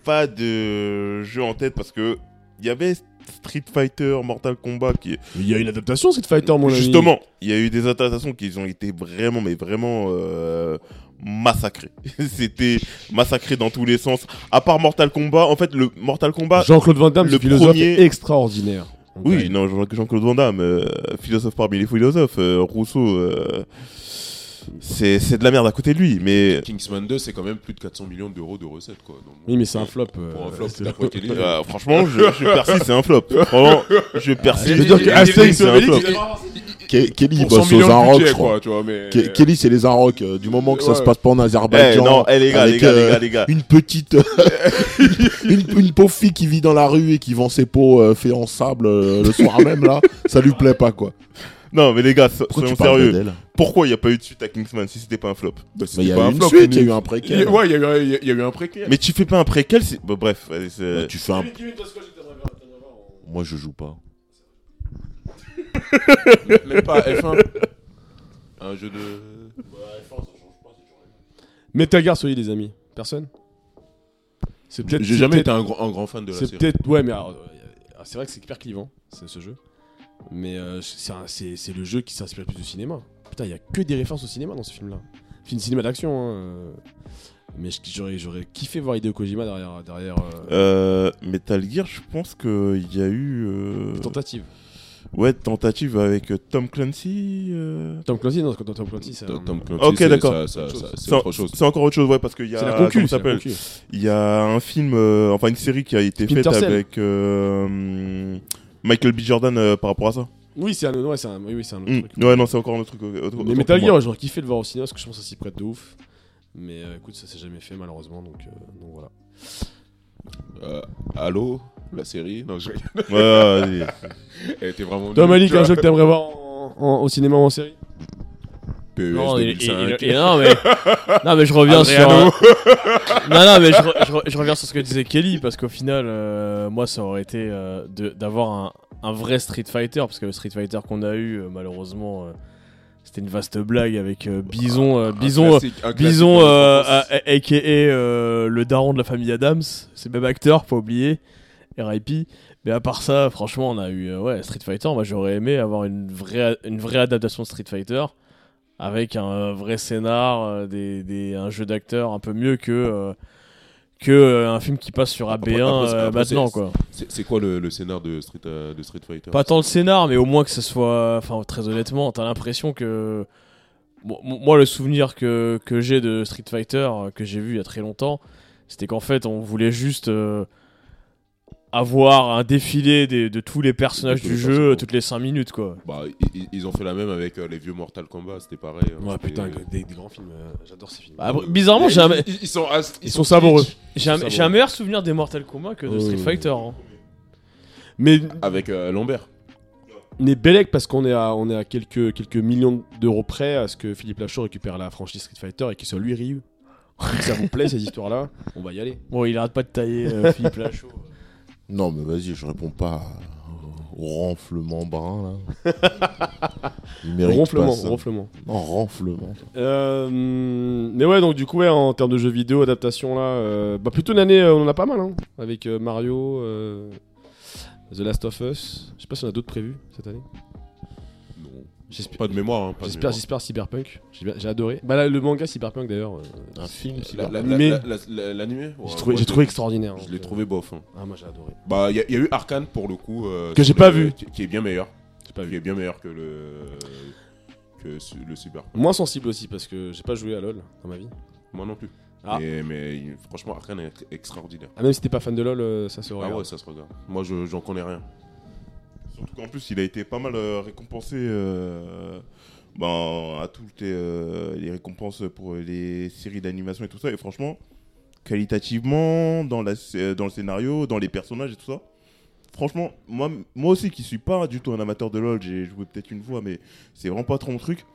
pas de jeu en tête parce que il y avait Street Fighter, Mortal Kombat qui.
Il y a une adaptation Street Fighter, mon ami.
Justement, il y a eu des adaptations qui ont été vraiment, mais vraiment euh, massacrées. <laughs> C'était massacré dans tous les sens. À part Mortal Kombat, en fait, le Mortal Kombat.
Jean-Claude Van Damme,
Le
Ah, le philosophe
premier-
est extraordinaire.
Oui, non, Jean- Jean-Claude Van Damme, euh, philosophe parmi les philosophes, euh, Rousseau, euh, c'est c'est de la merde à côté de lui, mais
Kingsman 2, c'est quand même plus de 400 millions d'euros de recettes quoi. Donc,
Oui, mais c'est un flop. euh,
Pour un flop,
c'est-
d'après bah, Kelly.
euh, franchement, je, je persiste, c'est
<laughs>
un flop. Vraiment, je persiste. Eh,
Je veux dire que Astérix
c'est un
Obélix,
flop.
il Ke- Kelly, il
pour 100
bosse aux
millions de
Arocs, je
budget,
crois.
quoi, tu vois, mais...
Ke- Kelly, c'est les Arocs. euh, Du moment que ça
Ouais.
se passe pas en
Eh,
Azerbaïdjan.
non, eh, les gars, les
avec,
gars, les
euh,
gars, les gars.
<laughs> Une petite. euh, une, une pauvre fille qui vit dans la rue et qui vend ses pots euh, faits en sable euh, le soir même, là. Ça lui plaît pas, quoi.
Non, mais les gars, so-
Pourquoi
soyons
tu parles
sérieux.
d'elle
Pourquoi il n'y a pas eu de suite à Kingsman si c'était pas un flop
Bah,
Mais
c'était
il y
pas
a
un
eu une
flop,
suite,
mais-
il y a eu un préquel.
Ouais, il y a eu- il y, a- il y a eu un préquel.
Mais tu fais pas un préquel c'est- bah, Bref, allez, c'est-
Euh, Tu fais un. Moi, je joue pas.
Même pas F1. Un jeu de.
Metal Gear Solid, les amis. Personne C'est peut-être.
J'ai
c'est
jamais
peut-être-
été un grand, un grand fan de la
C'est
série.
peut-être. Ouais, mais alors, euh, alors, c'est vrai que c'est hyper clivant, ce, ce jeu. Mais euh, c'est un- c'est c'est le jeu qui s'inspire le plus du cinéma. Putain, il y a que des références au cinéma dans ce film-là. Film cinéma d'action, hein, euh. Mais je- j'aurais j'aurais kiffé voir Hideo Kojima derrière. derrière euh,
Euh, Metal Gear, je pense qu'il y a eu. euh,
Tentative.
Ouais, tentative avec euh, Tom Clancy. euh,
Tom Clancy, non, c'est quand Tom Clancy, c'est.
Tom-
un-
Tom Clancy,
Ok,
c'est-
d'accord.
ça- ça- ça- C'est
en-
autre chose.
c'est encore autre chose, ouais, parce qu'il y a.
C'est la
comment
concu,
ça
c'est la
s'appelle
concu.
Il y a un film, euh, enfin une série qui a été
Splinter
faite
Cell.
avec euh, hum, Michael B. Jordan euh, par rapport à ça.
Oui, c'est un, ouais, c'est un, oui, oui, c'est un autre
Hmm.
Hum,
truc.
Ouais, non, c'est encore un autre truc. euh, autre- autant
Mais
pour
Metal
moi.
Gear, j'aurais kiffé de le voir au cinéma parce que je pense que ça s'y prête de ouf. Mais euh, écoute, ça s'est jamais fait malheureusement, donc, euh, donc voilà.
Euh, Halo, la série. Non, je rigole.
Ouais, ouais, ouais, ouais.
Elle était vraiment.
Toi,
nulle,
Malik,
tu
un
vois.
jeu que t'aimerais voir en- en- au cinéma ou en série
PES
Non, il- il-
2005.
il- il- non, mais,
<laughs>
non, mais je reviens
Adriano.
sur. euh, <laughs> non, non, mais je, re- je re- je reviens sur ce que disait Kelly, parce qu'au final, euh, moi, ça aurait été euh, de- d'avoir un, un vrai Street Fighter, parce que le Street Fighter qu'on a eu, euh, malheureusement, euh, c'était une vaste blague avec euh, Bison. euh,
Ah, Un
Bison, euh,
classique, un classique
Bison,
de
euh,
l'enfance.
a- a- aka euh, le daron de la famille Adams, c'est le même acteur, faut oublier, RIP. Mais à part ça, franchement, on a eu euh, ouais, Street Fighter. Moi, j'aurais aimé avoir une vraie, une vraie adaptation de Street Fighter avec un vrai scénar, euh, des, des- un jeu d'acteur un peu mieux que, euh, que euh, un film qui passe sur AB1
Après- après, c'est-
euh,
après,
maintenant,
c'est-
quoi.
C'est c'est quoi le, le scénar de Street, euh, de Street Fighter
Pas tant le scénar, mais au moins que ce soit. Enfin, très honnêtement, t'as l'impression que. Mo- mo- Moi, le souvenir que, que j'ai de Street Fighter, euh, que j'ai vu il y a très longtemps, c'était qu'en fait, on voulait juste euh, avoir un défilé des- de tous les personnages
tous
du
les
jeu
personnages.
toutes les 5 minutes, quoi.
Bah, i- i- ils ont fait la même avec euh, les vieux Mortal Kombat, c'était pareil. hein,
Ouais,
c'était-
putain, des, des grands films, euh, j'adore ces films.
Bah, après, bizarrement, j'ai un, me-
Ils, ils sont, as-
Ils sont savoureux.
kitsch.
j'ai un-
Ça,
j'ai un
bon.
meilleur souvenir des Mortal Kombat que de
Oh,
Street
oui.
Fighter. hein.
Mais,
Avec euh, Lambert.
mais Belek, parce qu'on est à, on est à quelques, quelques millions d'euros près à ce que Philippe Lachaud récupère la franchise Street Fighter et qu'il soit lui Ryu. Si ça vous plaît, ces histoires-là, on va y aller.
Bon, il arrête pas de tailler euh, Philippe Lachaud.
Non, mais vas-y, je réponds pas ronflement brun là. Il mérite
ronflement,
pas ça.
ronflement.
Non, ronflement.
Euh, mais ouais, donc du coup, ouais, en termes de jeux vidéo, adaptation là, euh, bah plutôt une année, euh, on en a pas mal, hein, avec euh, Mario, euh, The Last of Us. Je sais pas si on a d'autres prévus cette année.
Non.
J'espère.
Pas de mémoire. Hein, pas de
J'espère,
mémoire.
j'espère Cyberpunk. J'ai bien- j'ai adoré. Bah là, le manga Cyberpunk d'ailleurs, euh,
Un film, c'est
La- la-
L'animé.
la- la- la- L'animé ouais,
j'ai trouvé,
moi,
j'ai
je-
trouvé extraordinaire.
Je l'ai trouvé bof. hein.
Ah moi j'ai adoré.
Bah, il y, a- il y a eu Arkane pour le coup. euh,
Que
sur
j'ai
le-
pas vu.
Qui, qui est bien meilleur.
J'ai pas
Qui est bien meilleur que le. Que ce- le Cyber.
Moins sensible aussi parce que j'ai pas joué à LoL dans ma vie.
Moi non plus.
Ah.
Mais, mais il- franchement, Arkane est extraordinaire.
Ah même si t'es pas fan de LoL, euh, ça se
Ah
regarde.
ouais, ça se regarde. Moi, je- j'en connais rien.
Surtout qu'en plus, il a été pas mal euh, récompensé euh, ben, à toutes les, euh, les récompenses pour les séries d'animation et tout ça. Et franchement, qualitativement, dans, la, sc- dans le scénario, dans les personnages et tout ça, franchement, moi, moi aussi qui suis pas du tout un amateur de LoL, j'ai joué peut-être une fois, mais c'est vraiment pas trop mon truc.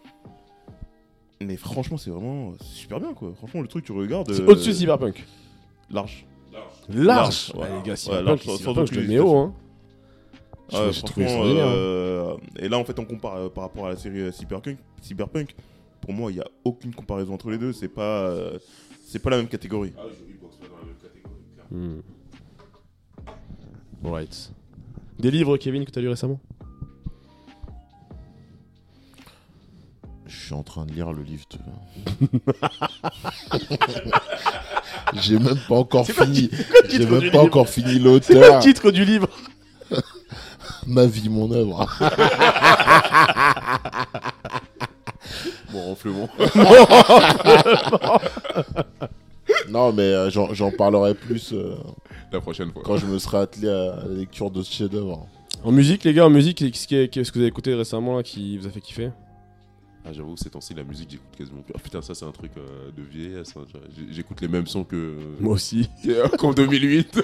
Mais franchement, c'est vraiment c'est super bien quoi. Franchement, le truc, tu regardes.
C'est
euh,
au-dessus de Cyberpunk.
Large.
Large.
Large, ouais.
Ah, les gars,
Ouais,
Cyberpunk,
large, sans- sans
Cyberpunk, je le
aucune
mets haut. Hein.
Je-
Ouais,
j'ai
franchement,
trouvé extraordinaire,
euh, et là en fait on compare euh, par rapport à la série euh, Cyberpunk. Cyberpunk, pour moi il n'y a aucune comparaison entre les deux, c'est pas, euh, c'est pas la même catégorie.
Hmm. Alright. Des livres, Kevin, que t'as lu récemment
Je suis en train de lire le livre de. J'ai même pas encore fini. J'ai même pas encore fini l'auteur.
Titre du livre
<laughs> Ma vie, mon œuvre.
Bon,
<laughs>
ronflement.
Non, mais euh, j'en j'en parlerai plus euh,
La prochaine fois.
quand je me serai attelé à la lecture de ce chef-d'œuvre.
En musique, les gars, en musique, qu'est-ce qui est- qu'est-ce que vous avez écouté récemment là, qui vous a fait kiffer
Ah, j'avoue, ces temps-ci, la musique, j'écoute quasiment plus. Ah putain, ça, c'est un truc euh, de vieillesse. hein. J'ai- J'écoute les mêmes sons que. euh,
aussi.
qu'en 2008.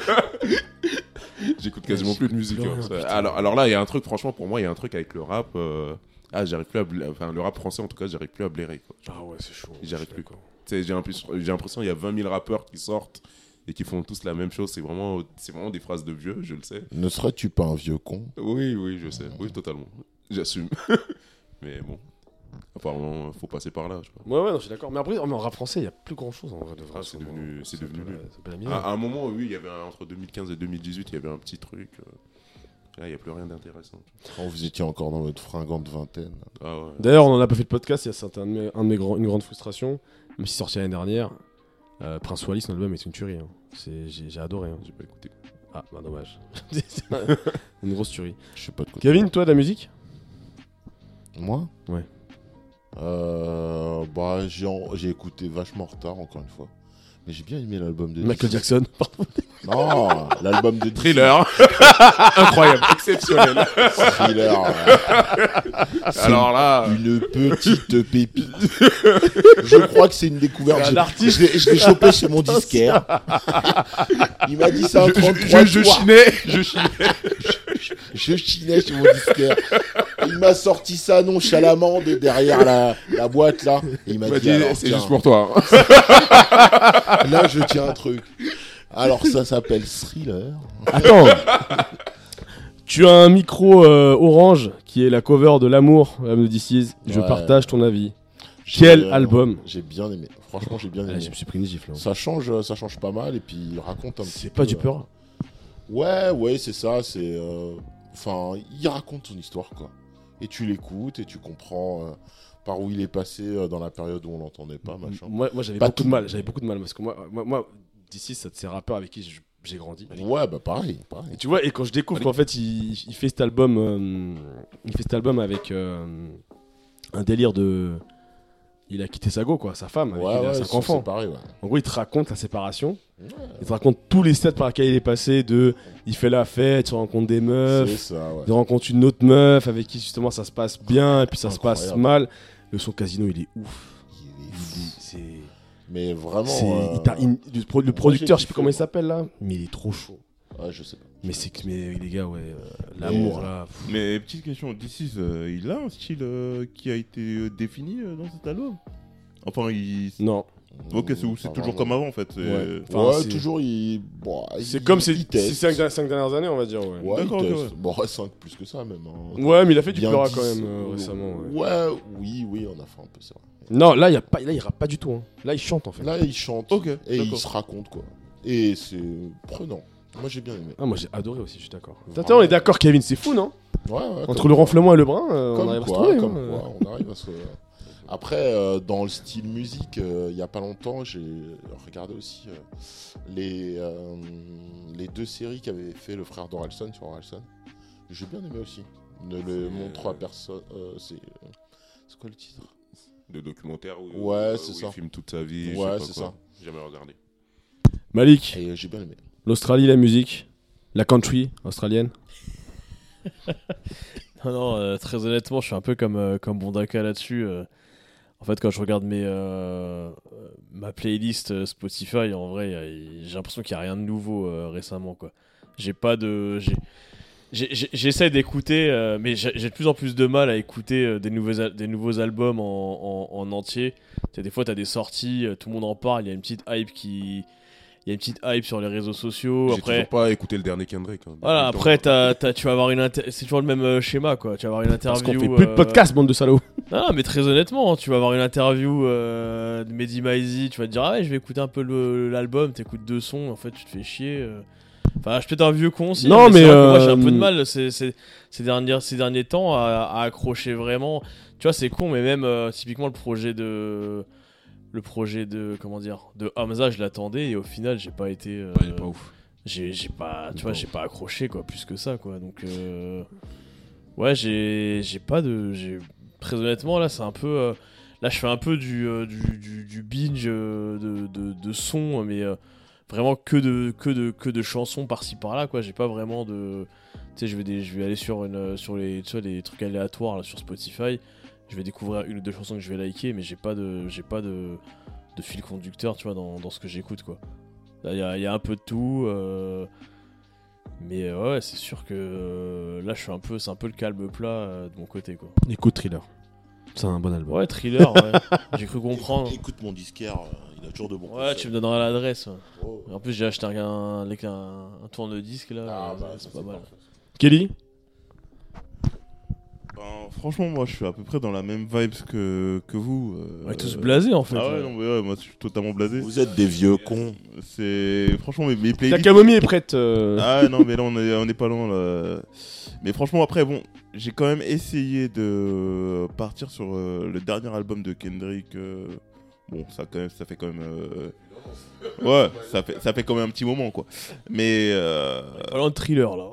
<laughs> j'écoute quasiment plus de musique.
plus
hein.
rien,
Ça- alors, alors là, il y a un truc, franchement, pour moi, il y a un truc avec le rap. euh, Ah, j'arrive plus à. bla- Enfin, le rap français, en tout cas, j'arrive plus à blairer. quoi.
Ah ouais, c'est chaud.
J'arrive plus. quoi. Tu sais, J'ai l'impression- j'ai l'impression qu'il y a 20 000 rappeurs qui sortent et qui font tous la même chose. C'est vraiment, c'est vraiment des phrases de vieux, je le sais.
Ne serais-tu pas un vieux con
Oui, oui, je sais. Oui, totalement. J'assume. <laughs> Mais bon. Apparemment, faut passer par là, je sais pas.
Ouais, ouais, non, je suis d'accord. Mais après, en rap français, il y a plus grand-chose en vrai de vrai.
Ah, c'est
en ce moment.
devenu- c'est
un peu
devenu
la-
nul. Ah,
c'est un peu la
À,
misère.
à un moment, oui, il y avait un- entre 2015 et 2018, il y avait un petit truc. euh, Là, il n'y a plus rien d'intéressant.
Quand vous étiez encore dans votre fringante vingtaine.
Ah ouais.
D'ailleurs, on en a pas fait de podcast, il y a- c'est un de mes, un de mes grands- une grande frustration. Même si sorti l'année dernière, euh, Prince Wally, son album est une tuerie. hein. C'est- J'ai j'ai adoré. hein.
J'ai pas écouté.
Ah, bah dommage. <laughs> une grosse tuerie.
Je sais pas de quoi.
Kevin, toi, de la musique
Moi
Ouais.
Euh, bah, j'ai en- j'ai écouté vachement en retard, encore une fois. Mais j'ai bien aimé l'album de
Michael
<laughs>
Dizzy.
Jackson.
Non, l'album de Dizzy,
Thriller Incroyable, <laughs> exceptionnel
Thriller. ouais.
<laughs>
C'est
Alors euh. là,
Une petite pépite. Je crois que c'est une découverte. J'ai- Je l'ai- je l'ai chopé chez mon disquaire. Il m'a dit ça en
je,
33
je- je
tours.
chinais, je chinais.
Je chinais chez mon disquaire. Il m'a sorti ça nonchalamment de derrière la, la boîte là. Il m'a
Il m'a
dit,
dit,
alors,
c'est
tiens,
juste pour toi. hein.
là je tiens un truc. Alors ça s'appelle thriller.
Attends Tu as un micro euh, orange qui est la cover de L'amour, l'album de This Is. Je
Ouais.
partage ton avis.
J'ai- euh,
Quel album
J'ai bien aimé. Franchement j'ai bien
Ah,
aimé.
je me suis pris une gifle. hein.
Ça change, euh, ça change pas mal et puis il raconte un petit
C'est
peu,
pas du
hein.
euh,
peur.
Ouais, ouais, c'est ça, c'est... euh, Enfin, il raconte son histoire, quoi. Et tu l'écoutes et tu comprends euh, par où il est passé euh, dans la période où on l'entendait
Mm,
pas, machin.
Moi, moi, j'avais
Pas
beaucoup
tout.
de mal. J'avais beaucoup de mal parce que moi, moi, moi d'ici, ça de ces rappeurs avec qui je- j'ai grandi.
Ouais, bah pareil, pareil.
Et tu vois, et quand je découvre qu'en fait, il, il fait cet album, euh, il fait cet album avec euh, un délire de, il a quitté sa go quoi, sa femme, avec
Ouais,
il a
ouais,
cinq
c'est-
enfants.
c'est pareil, ouais.
En gros, il te raconte la séparation. Il te raconte tous les stades par lesquels il est passé. De, il fait la fête, il rencontre des
C'est
meufs,
ça, ouais.
il rencontre une autre meuf avec qui justement ça se passe bien, et puis ça se passe
Incroyable.
mal. Le son casino, il est ouf.
Il est
Il
fou.
est- C'est
Mais vraiment...
c'est-
euh,
il t'a- il- le, pro- le
moi,
producteur,
j'ai
je sais plus
kiffé,
comment il
moi.
s'appelle là, mais il est trop chaud.
Ouais, je sais pas.
Mais c'est que, mais les gars, ouais, euh, l'amour
Mais-
là.
Mais petite question, This Is, euh, il a un style euh, qui a été euh, défini euh, dans cet album Enfin, il...
Non.
Ok, c'est c'est toujours comme avant en fait. c'est-
Ouais.
Ouais,
Enfin, c'est-
toujours, il. bon,
C'est
il-
comme ces
il
ces
teste.
cinq, dernières- cinq dernières années, on va dire. Ouais,
Ouais, il
D'accord, ok,
teste. Bon, 5 plus que ça, même. hein.
Ouais, mais il a fait du
Bien
pleura
10,
quand même euh,
euh,
récemment. ouais.
Ouais, oui, oui, on a fait un peu, c'est vrai.
Non, là, il y a pas, là, il rappe pas du tout. hein. Là, il chante en fait.
Là, il chante.
Ok,
Et il
d'accord.
se raconte, quoi. Et c'est prenant. Moi, j'ai bien aimé.
Ah, moi j'ai adoré aussi, je suis d'accord. Attends, on est d'accord, Kevin, c'est fou, non
Ouais, ouais,
Entre
comme-
le renflement et le brin, euh,
comme
on arrive
quoi,
à se trouver.
comme
hein.
quoi, on arrive à
<laughs>
se. Après, euh, dans le style musique, euh, il y a pas longtemps, j'ai regardé aussi euh, les, euh, les deux séries qu'avait fait le frère d'Oralson sur Oralson. J'ai bien aimé aussi. Ne le montre à personne. euh, c'est c'est quoi le titre
De documentaire où,
Ouais,
où
c'est
il
ça.
filme toute sa vie. je
Ouais,
sais pas
c'est
quoi.
ça.
J'ai Jamais regardé.
Malik,
Et j'ai bien aimé.
l'Australie, la musique, la country australienne.
<laughs> Non, non, euh, très honnêtement, je suis un peu comme, euh, comme Bondaka là-dessus. euh. en fait, quand je regarde mes, euh, euh, ma playlist euh, Spotify, en vrai, euh, il- j'ai l'impression qu'il n'y a rien de nouveau euh, récemment. quoi. J'ai pas de. j'ai- j'ai- j'ai- J'essaie d'écouter, euh, mais j'ai j'ai de plus en plus de mal à écouter euh, des, nouveaux al- des nouveaux albums en, en, en entier. Tu sais, des fois, tu as des sorties, euh, tout le monde en parle, il y a une petite hype qui. Il y a une petite hype sur les réseaux sociaux.
J'ai
Après,
toujours pas écouté le dernier Kendrick. hein.
voilà,
Depuis
après
le temps.
t'as- t'as- tu vas avoir une inter- c'est toujours le même euh, schéma quoi. Tu vas avoir une
Parce
interview.
qu'on fait plus de
euh,
podcast, bande de salauds.
Non, mais très honnêtement, hein, tu vas avoir une interview euh, de Mehdi Maizi, tu vas te dire ah ouais, je vais écouter un peu le- l'album, t'écoutes deux sons, en fait tu te fais chier. euh. Enfin, je suis peut-être un vieux con aussi.
Non,
hein, c'est
mais,
vrai que moi j'ai un
euh,
peu de mal ces, ces, ces derniers, ces derniers temps à, à accrocher vraiment. Tu vois, c'est con, mais même euh, typiquement le projet de le projet de comment dire de Hamza, je l'attendais et au final j'ai pas été. euh,
Ouais, il est pas ouf.
j'ai j'ai pas tu
Bon.
vois j'ai pas accroché quoi plus que ça quoi donc euh, ouais j'ai j'ai pas de j'ai très honnêtement là c'est un peu euh, là je fais un peu du euh, du, du, du binge euh, de, de, de sons mais euh, vraiment que de que de que de chansons par-ci par-là quoi j'ai pas vraiment de tu sais je vais des- je vais aller sur une euh, sur les tu vois, les trucs aléatoires là, sur Spotify je vais découvrir une ou deux chansons que je vais liker mais j'ai pas de j'ai pas de de fil conducteur tu vois dans, dans ce que j'écoute quoi il y, a- y a un peu de tout. euh, Mais euh, ouais, c'est sûr que euh, là, je suis un peu, c'est un peu le calme plat euh, de mon côté, quoi.
Écoute Thriller. C'est un bon album.
Ouais, thriller, <laughs> ouais. J'ai cru comprendre.
Écoute, écoute mon disquaire, euh, il a toujours de bons
Ouais, tu
conseils.
me donneras l'adresse. ouais.
Oh.
En plus, j'ai acheté un, un, avec un, un tourne-disque là.
Ah,
euh,
bah,
c'est
ça,
pas mal.
parfait.
Kelly
Ben, franchement, moi je suis à peu près dans la même vibe que, que vous. euh,
On est tous blasés en fait.
Ah ouais,
ouais.
non, mais ouais, moi je suis totalement blasé.
Vous êtes des vieux cons.
C'est. Franchement, mes, mes
La
playlists.
camomille est prête. euh.
Ah non, mais là on est, on est pas loin là. Mais franchement, après, bon, j'ai quand même essayé de partir sur euh, le dernier album de Kendrick. euh, Bon, ça, quand même, ça fait quand même. euh, Ouais, ça fait, ça fait quand même un petit moment quoi. Mais. euh,
Alors, le Ah, thriller là.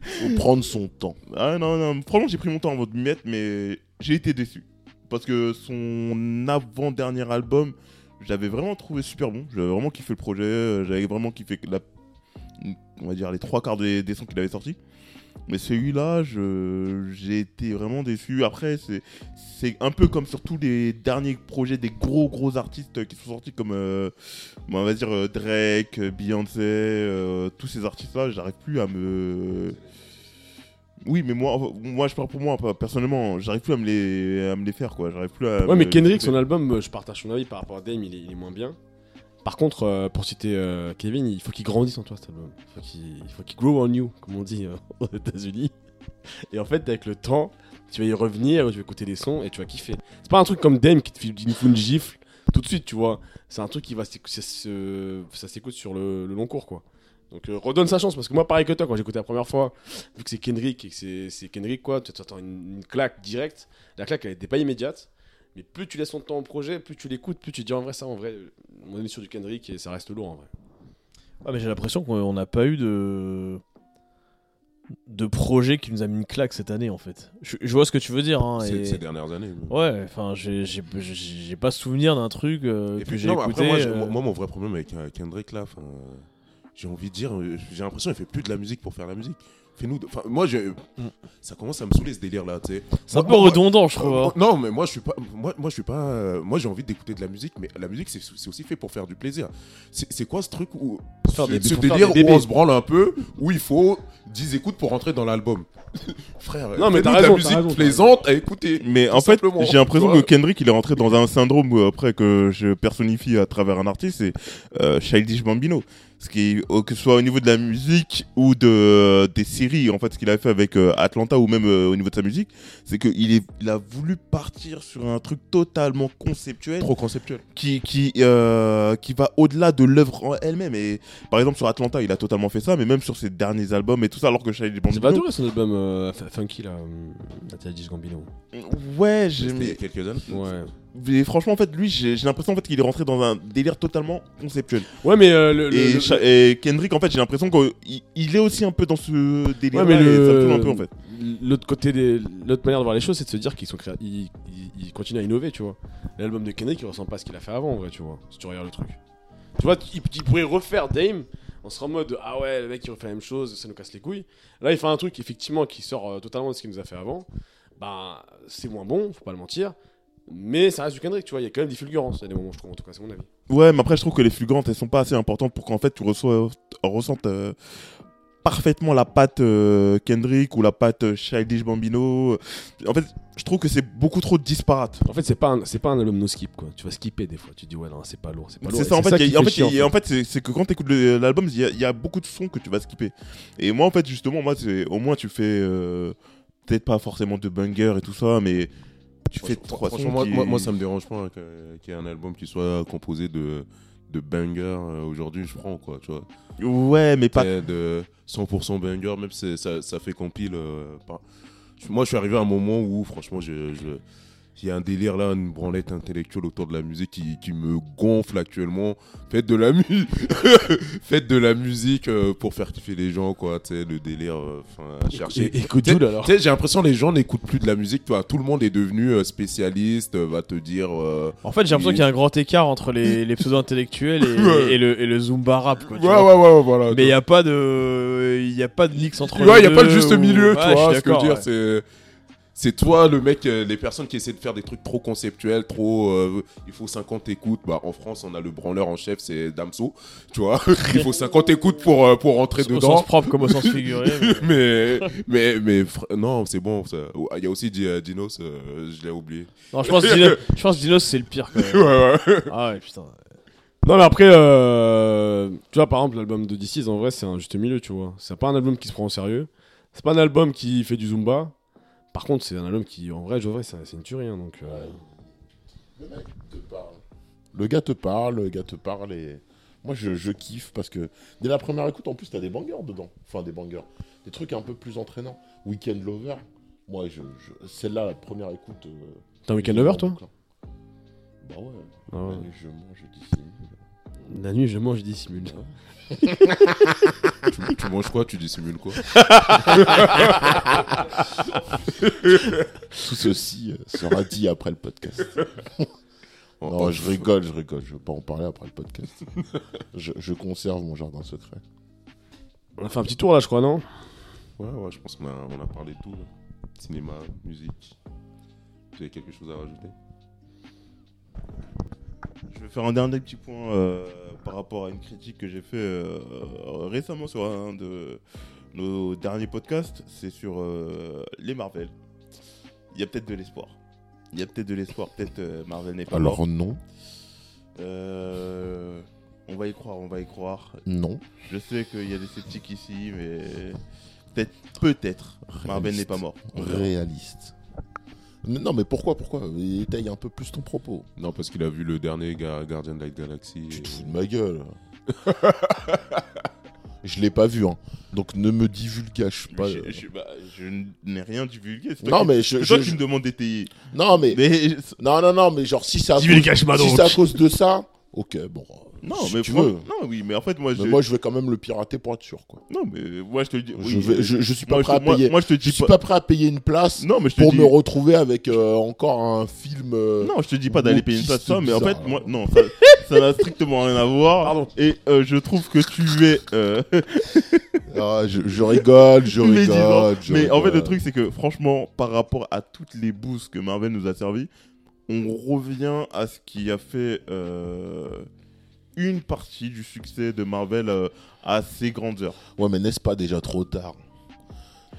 Faut prendre son temps.
Ah non, non, franchement, j'ai pris mon temps avant de m'y mettre, mais j'ai été déçu. Parce que son avant-dernier album, j'avais vraiment trouvé super bon. J'avais vraiment kiffé le projet, euh, j'avais vraiment kiffé la, on va dire, les trois quarts des, des sons qu'il avait sortis. Mais celui-là, je- j'ai été vraiment déçu. Après, c'est- c'est un peu comme sur tous les derniers projets des gros gros artistes qui sont sortis, comme, euh, bon, on va dire, euh, Drake, euh, Beyoncé, euh, tous ces artistes-là, j'arrive plus à me... Oui, mais moi, moi je parle pour moi, pas- personnellement, j'arrive plus à me les, à me les faire, quoi. J'arrive plus à.
Ouais, mais
me-
Kendrick, son album, euh, je partage son avis par rapport à Dame, il est, il est moins bien. Par contre, euh, pour citer euh, Kevin, il faut qu'il grandisse en toi cet album. Il faut qu'il il faut qu'il grow on you, comme on dit euh, <laughs> aux États-Unis. Et en fait, avec le temps, tu vas y revenir, tu vas écouter les sons et tu vas kiffer. C'est pas un truc comme Dame qui te file- qui nous fout une gifle tout de suite, tu vois. C'est un truc qui va s'éc- ça se- ça s'écoute sur le, le long cours, quoi. Donc euh, redonne sa chance parce que moi pareil que toi quand j'ai écouté la première fois vu que c'est Kendrick et que c'est- c'est Kendrick quoi tu t'attends une, une claque directe la claque elle était pas immédiate mais plus tu laisses ton temps au projet, plus tu l'écoutes, plus tu dis en vrai ça, en vrai, euh, on est sur du Kendrick et ça reste lourd en vrai.
Ah, mais j'ai l'impression qu'on n'a pas eu de de projet qui nous a mis une claque cette année en fait. Je, je vois ce que tu veux dire. Hein,
Ces,
et-
ces dernières années.
Ouais, enfin, j'ai j'ai- j'ai- j'ai pas souvenir d'un truc euh,
Et
que
puis,
j'ai
non, mais
écouté.
après, moi, j'ai-
euh,
moi, moi, mon vrai problème avec euh, Kendrick, là, enfin, euh, j'ai envie de dire, euh, j'ai l'impression qu'il fait plus de la musique pour faire la musique. Fais-nous. de- Enfin, moi, j'ai- ça commence à me saouler ce délire-là, tu sais.
C'est un
Moi-
peu
moi-
redondant, je
Euh,
trouve.
moi-
hein.
non, mais moi je suis pas. Moi, moi je suis pas. euh, moi j'ai envie d'écouter de la musique, mais la musique c'est c'est aussi fait pour faire du plaisir. C'est c'est quoi ce truc où
faire des,
ce
pour faire
délire
des
où
bébés.
on se branle un peu, où il faut 10 écoutes pour rentrer dans l'album. <laughs> Frère,
Non, mais t'as
fais-nous de
raison, t'as
la musique
raison, t'as
plaisante à écouter.
Mais en
Tout
fait,
simplement.
j'ai l'impression
Tu
que
vois
Kendrick il est rentré dans un syndrome euh, après que je personnifie à travers un artiste, c'est euh, Childish Bambino. Ce qui, est- au- que ce soit au niveau de la musique ou de euh, des séries, en fait, ce qu'il a fait avec euh, Atlanta ou même euh, au niveau de sa musique, c'est qu'il est, il a voulu partir sur un truc totalement conceptuel
Trop conceptuel.
qui qui euh, qui va au-delà de l'œuvre en elle-même. Et par exemple sur Atlanta, il a totalement fait ça, mais même sur ses derniers albums et tout ça, alors que Childish
J'ai pas
Bambino,
adoré son album euh, f- Funky là, euh, Atlantis Gambino.
ouais,
C'était il y
j'ai
a quelques années.
Ouais.
Mais franchement, en fait, lui, j'ai j'ai l'impression en fait, qu'il est rentré dans un délire totalement conceptuel.
Ouais, mais euh, le. le-
et,
le-
Cha- et Kendrick, en fait, j'ai l'impression qu'il il est aussi un peu dans ce délire.
Ouais, mais le-
ça me saoule un peu, en fait.
L'autre côté, des... l'autre manière de voir les choses, c'est de se dire qu'ils sont créa- ils, ils- ils continuent à innover, tu vois. L'album de Kendrick, il ressemble pas à ce qu'il a fait avant, en vrai, tu vois. Si tu regardes le truc, tu vois, il, il pourrait refaire Dame. On serait en mode ah ouais, le mec il refait la même chose, ça nous casse les couilles. Là, il fait un truc effectivement qui sort euh, totalement de ce qu'il nous a fait avant. Bah, c'est moins bon, faut pas le mentir. Mais ça reste du Kendrick, tu vois. Il y a quand même des fulgurances. Il y a des moments, je trouve, en tout cas, c'est mon avis.
Ouais, mais après, je trouve que les fulgurantes, elles sont pas assez importantes pour qu'en fait, tu reçois, ressentes euh, parfaitement la patte euh, Kendrick ou la patte euh, Childish Bambino. euh, En fait, je trouve que c'est beaucoup trop disparate.
En fait, c'est pas un, c'est pas un album no skip quoi. Tu vas skipper des fois. Tu te dis ouais non, c'est pas lourd, c'est pas lourd.
C'est
Et
ça, en fait, il y
qui
a- en
fait
fait,
chier,
il y a- en fait, c'est c'est que quand tu écoutes l'album, il y, a- il y a beaucoup de sons que tu vas skipper. Et moi, en fait, justement, moi, c'est- au moins, tu fais euh, peut-être pas forcément de banger et tout ça, mais tu fais
Franchement,
trois sons.
franchement, moi,
qui-
moi, moi, ça me dérange pas hein, que- qu'il y ait un album qui soit composé de, de bangers. euh, Aujourd'hui, je prends quoi, tu vois.
Ouais, mais pas.
T'es de 100% banger, même c'est- ça, ça fait compile. euh, par- Je- Moi, je suis arrivé à un moment où, franchement, je. je- Il y a un délire là, une branlette intellectuelle autour de la musique qui, qui me gonfle actuellement. Faites de la musique, <laughs> faites de la musique euh, pour faire kiffer les gens, quoi. Tu sais, le délire, euh, enfin, à chercher.
Et- Écoute
T'sais-
Jules alors.
t'sais, j'ai l'impression que les gens n'écoutent plus de la musique. Toi, tout le monde est devenu euh, spécialiste, euh, va te dire. euh,
En fait, j'ai l'impression
Oui.
qu'il y a un grand écart entre les, les pseudo-intellectuels
<laughs>
et,
Ouais.
et le, et le Zumba rap. Quoi, tu
ouais,
vois.
ouais, ouais, voilà.
Mais il n'y a pas de. Il n'y a pas de mix entre
Ouais, il n'y
les
a pas le
deux
juste
ou-
milieu,
Ouais,
tu vois.
je suis
Ce que je veux
d'accord,
dire,
ouais.
c'est. C'est toi, le mec, euh, les personnes qui essaient de faire des trucs trop conceptuels, trop. euh, il faut 50 écoutes. Bah, en France, on a le branleur en chef, c'est Damso. Tu vois, <laughs> il faut 50 écoutes pour, euh, pour rentrer
Au
dedans.
sens propre comme au sens figuré. mais-
<laughs> Mais, mais, mais, fr- non, c'est bon. ça. Il y a aussi Di- euh, Dinos, euh, je l'ai oublié.
Non, je pense Dino- je pense Dinos, c'est le pire quand
<laughs>
même.
ouais.
Ah ouais, putain.
Non mais après, euh, tu vois par exemple l'album de DC's en vrai c'est un juste milieu, tu vois. C'est pas un album qui se prend au sérieux. C'est pas un album qui fait du zumba. Par contre c'est un album qui en vrai, je vois, c'est c'est une tuerie. hein, donc, euh,
Le gars te parle, le gars te parle et moi je, je kiffe parce que dès la première écoute en plus t'as des bangers dedans, enfin des bangers, des trucs un peu plus entraînants. Weekend Lover, moi je, je- celle-là la première écoute. euh,
T'es un week-end
je
lover
la
toi
boucle, hein. Bah ouais.
Ah ouais.
la nuit, je mange, je dissimule.
La nuit je mange, je dissimule.
tu, tu manges quoi Tu dissimules quoi
<laughs>
Tout ceci euh, sera dit après le podcast. Non, je rigole, je rigole. Je vais pas en parler après le podcast.
<laughs>
Je, je conserve mon jardin secret.
On a fait un petit tour là je crois non
Ouais ouais, je pense qu'on a, on a parlé de tout. là. Cinéma, musique. Vous avez quelque chose à rajouter
Je vais faire un dernier petit point euh, par rapport à une critique que j'ai fait euh, récemment sur un de nos derniers podcasts. C'est sur euh, les Marvel. Il y a peut-être de l'espoir. Il y a peut-être de l'espoir. Peut-être euh, Marvel n'est pas mort.
Alors non,
Euh, on va y croire, on va y croire.
non.
Je sais qu'il y a des sceptiques ici, mais peut-être, peut-être, Marvel n'est pas mort.
Réaliste. N- Non mais pourquoi, pourquoi Étaye un peu plus ton propos.
Non parce qu'il a vu le dernier Ga- Guardian de la Galaxy.
Tu te
et-
fous de ma
<laughs>
gueule. je l'ai pas vu, hein. Donc ne me divulgage pas.
je, je- bah, je n'ai rien divulgué. C'est toi,
Non
qui,
mais je,
c'est toi
je-
qui me demandes d'étayer.
non mais
Mais
non non non mais genre si ça si c'est à cause de ça, ok bon.
non,
si
mais
tu
moi-
veux.
non, oui, mais en fait, moi,
Mais
je,
moi je vais quand même le pirater pour être sûr quoi.
Non, mais moi je te le dis.
je,
oui, euh,
vais- je, je suis pas
moi,
prêt
je,
à
moi-
payer.
moi, je te
je
dis
suis
pas.
pas prêt à payer une place
Non, mais je te
pour
dis.
me retrouver avec euh, encore un film. euh,
Non, je te dis pas d'aller payer une place,
Wokiste
ça, mais en fait,
bizarre.
moi, non, ça- ça n'a strictement rien à voir.
Pardon.
Et euh, je trouve que tu es euh,
ah, je, je rigole,
<laughs>
je
médisant.
rigole. je
Mais en fait, le
rigole.
truc, c'est que franchement, par rapport à toutes les boosts que Marvel nous a servi, on revient à ce qui a fait euh, une partie du succès de Marvel euh, à ses grandeurs.
Ouais, mais n'est-ce pas déjà trop tard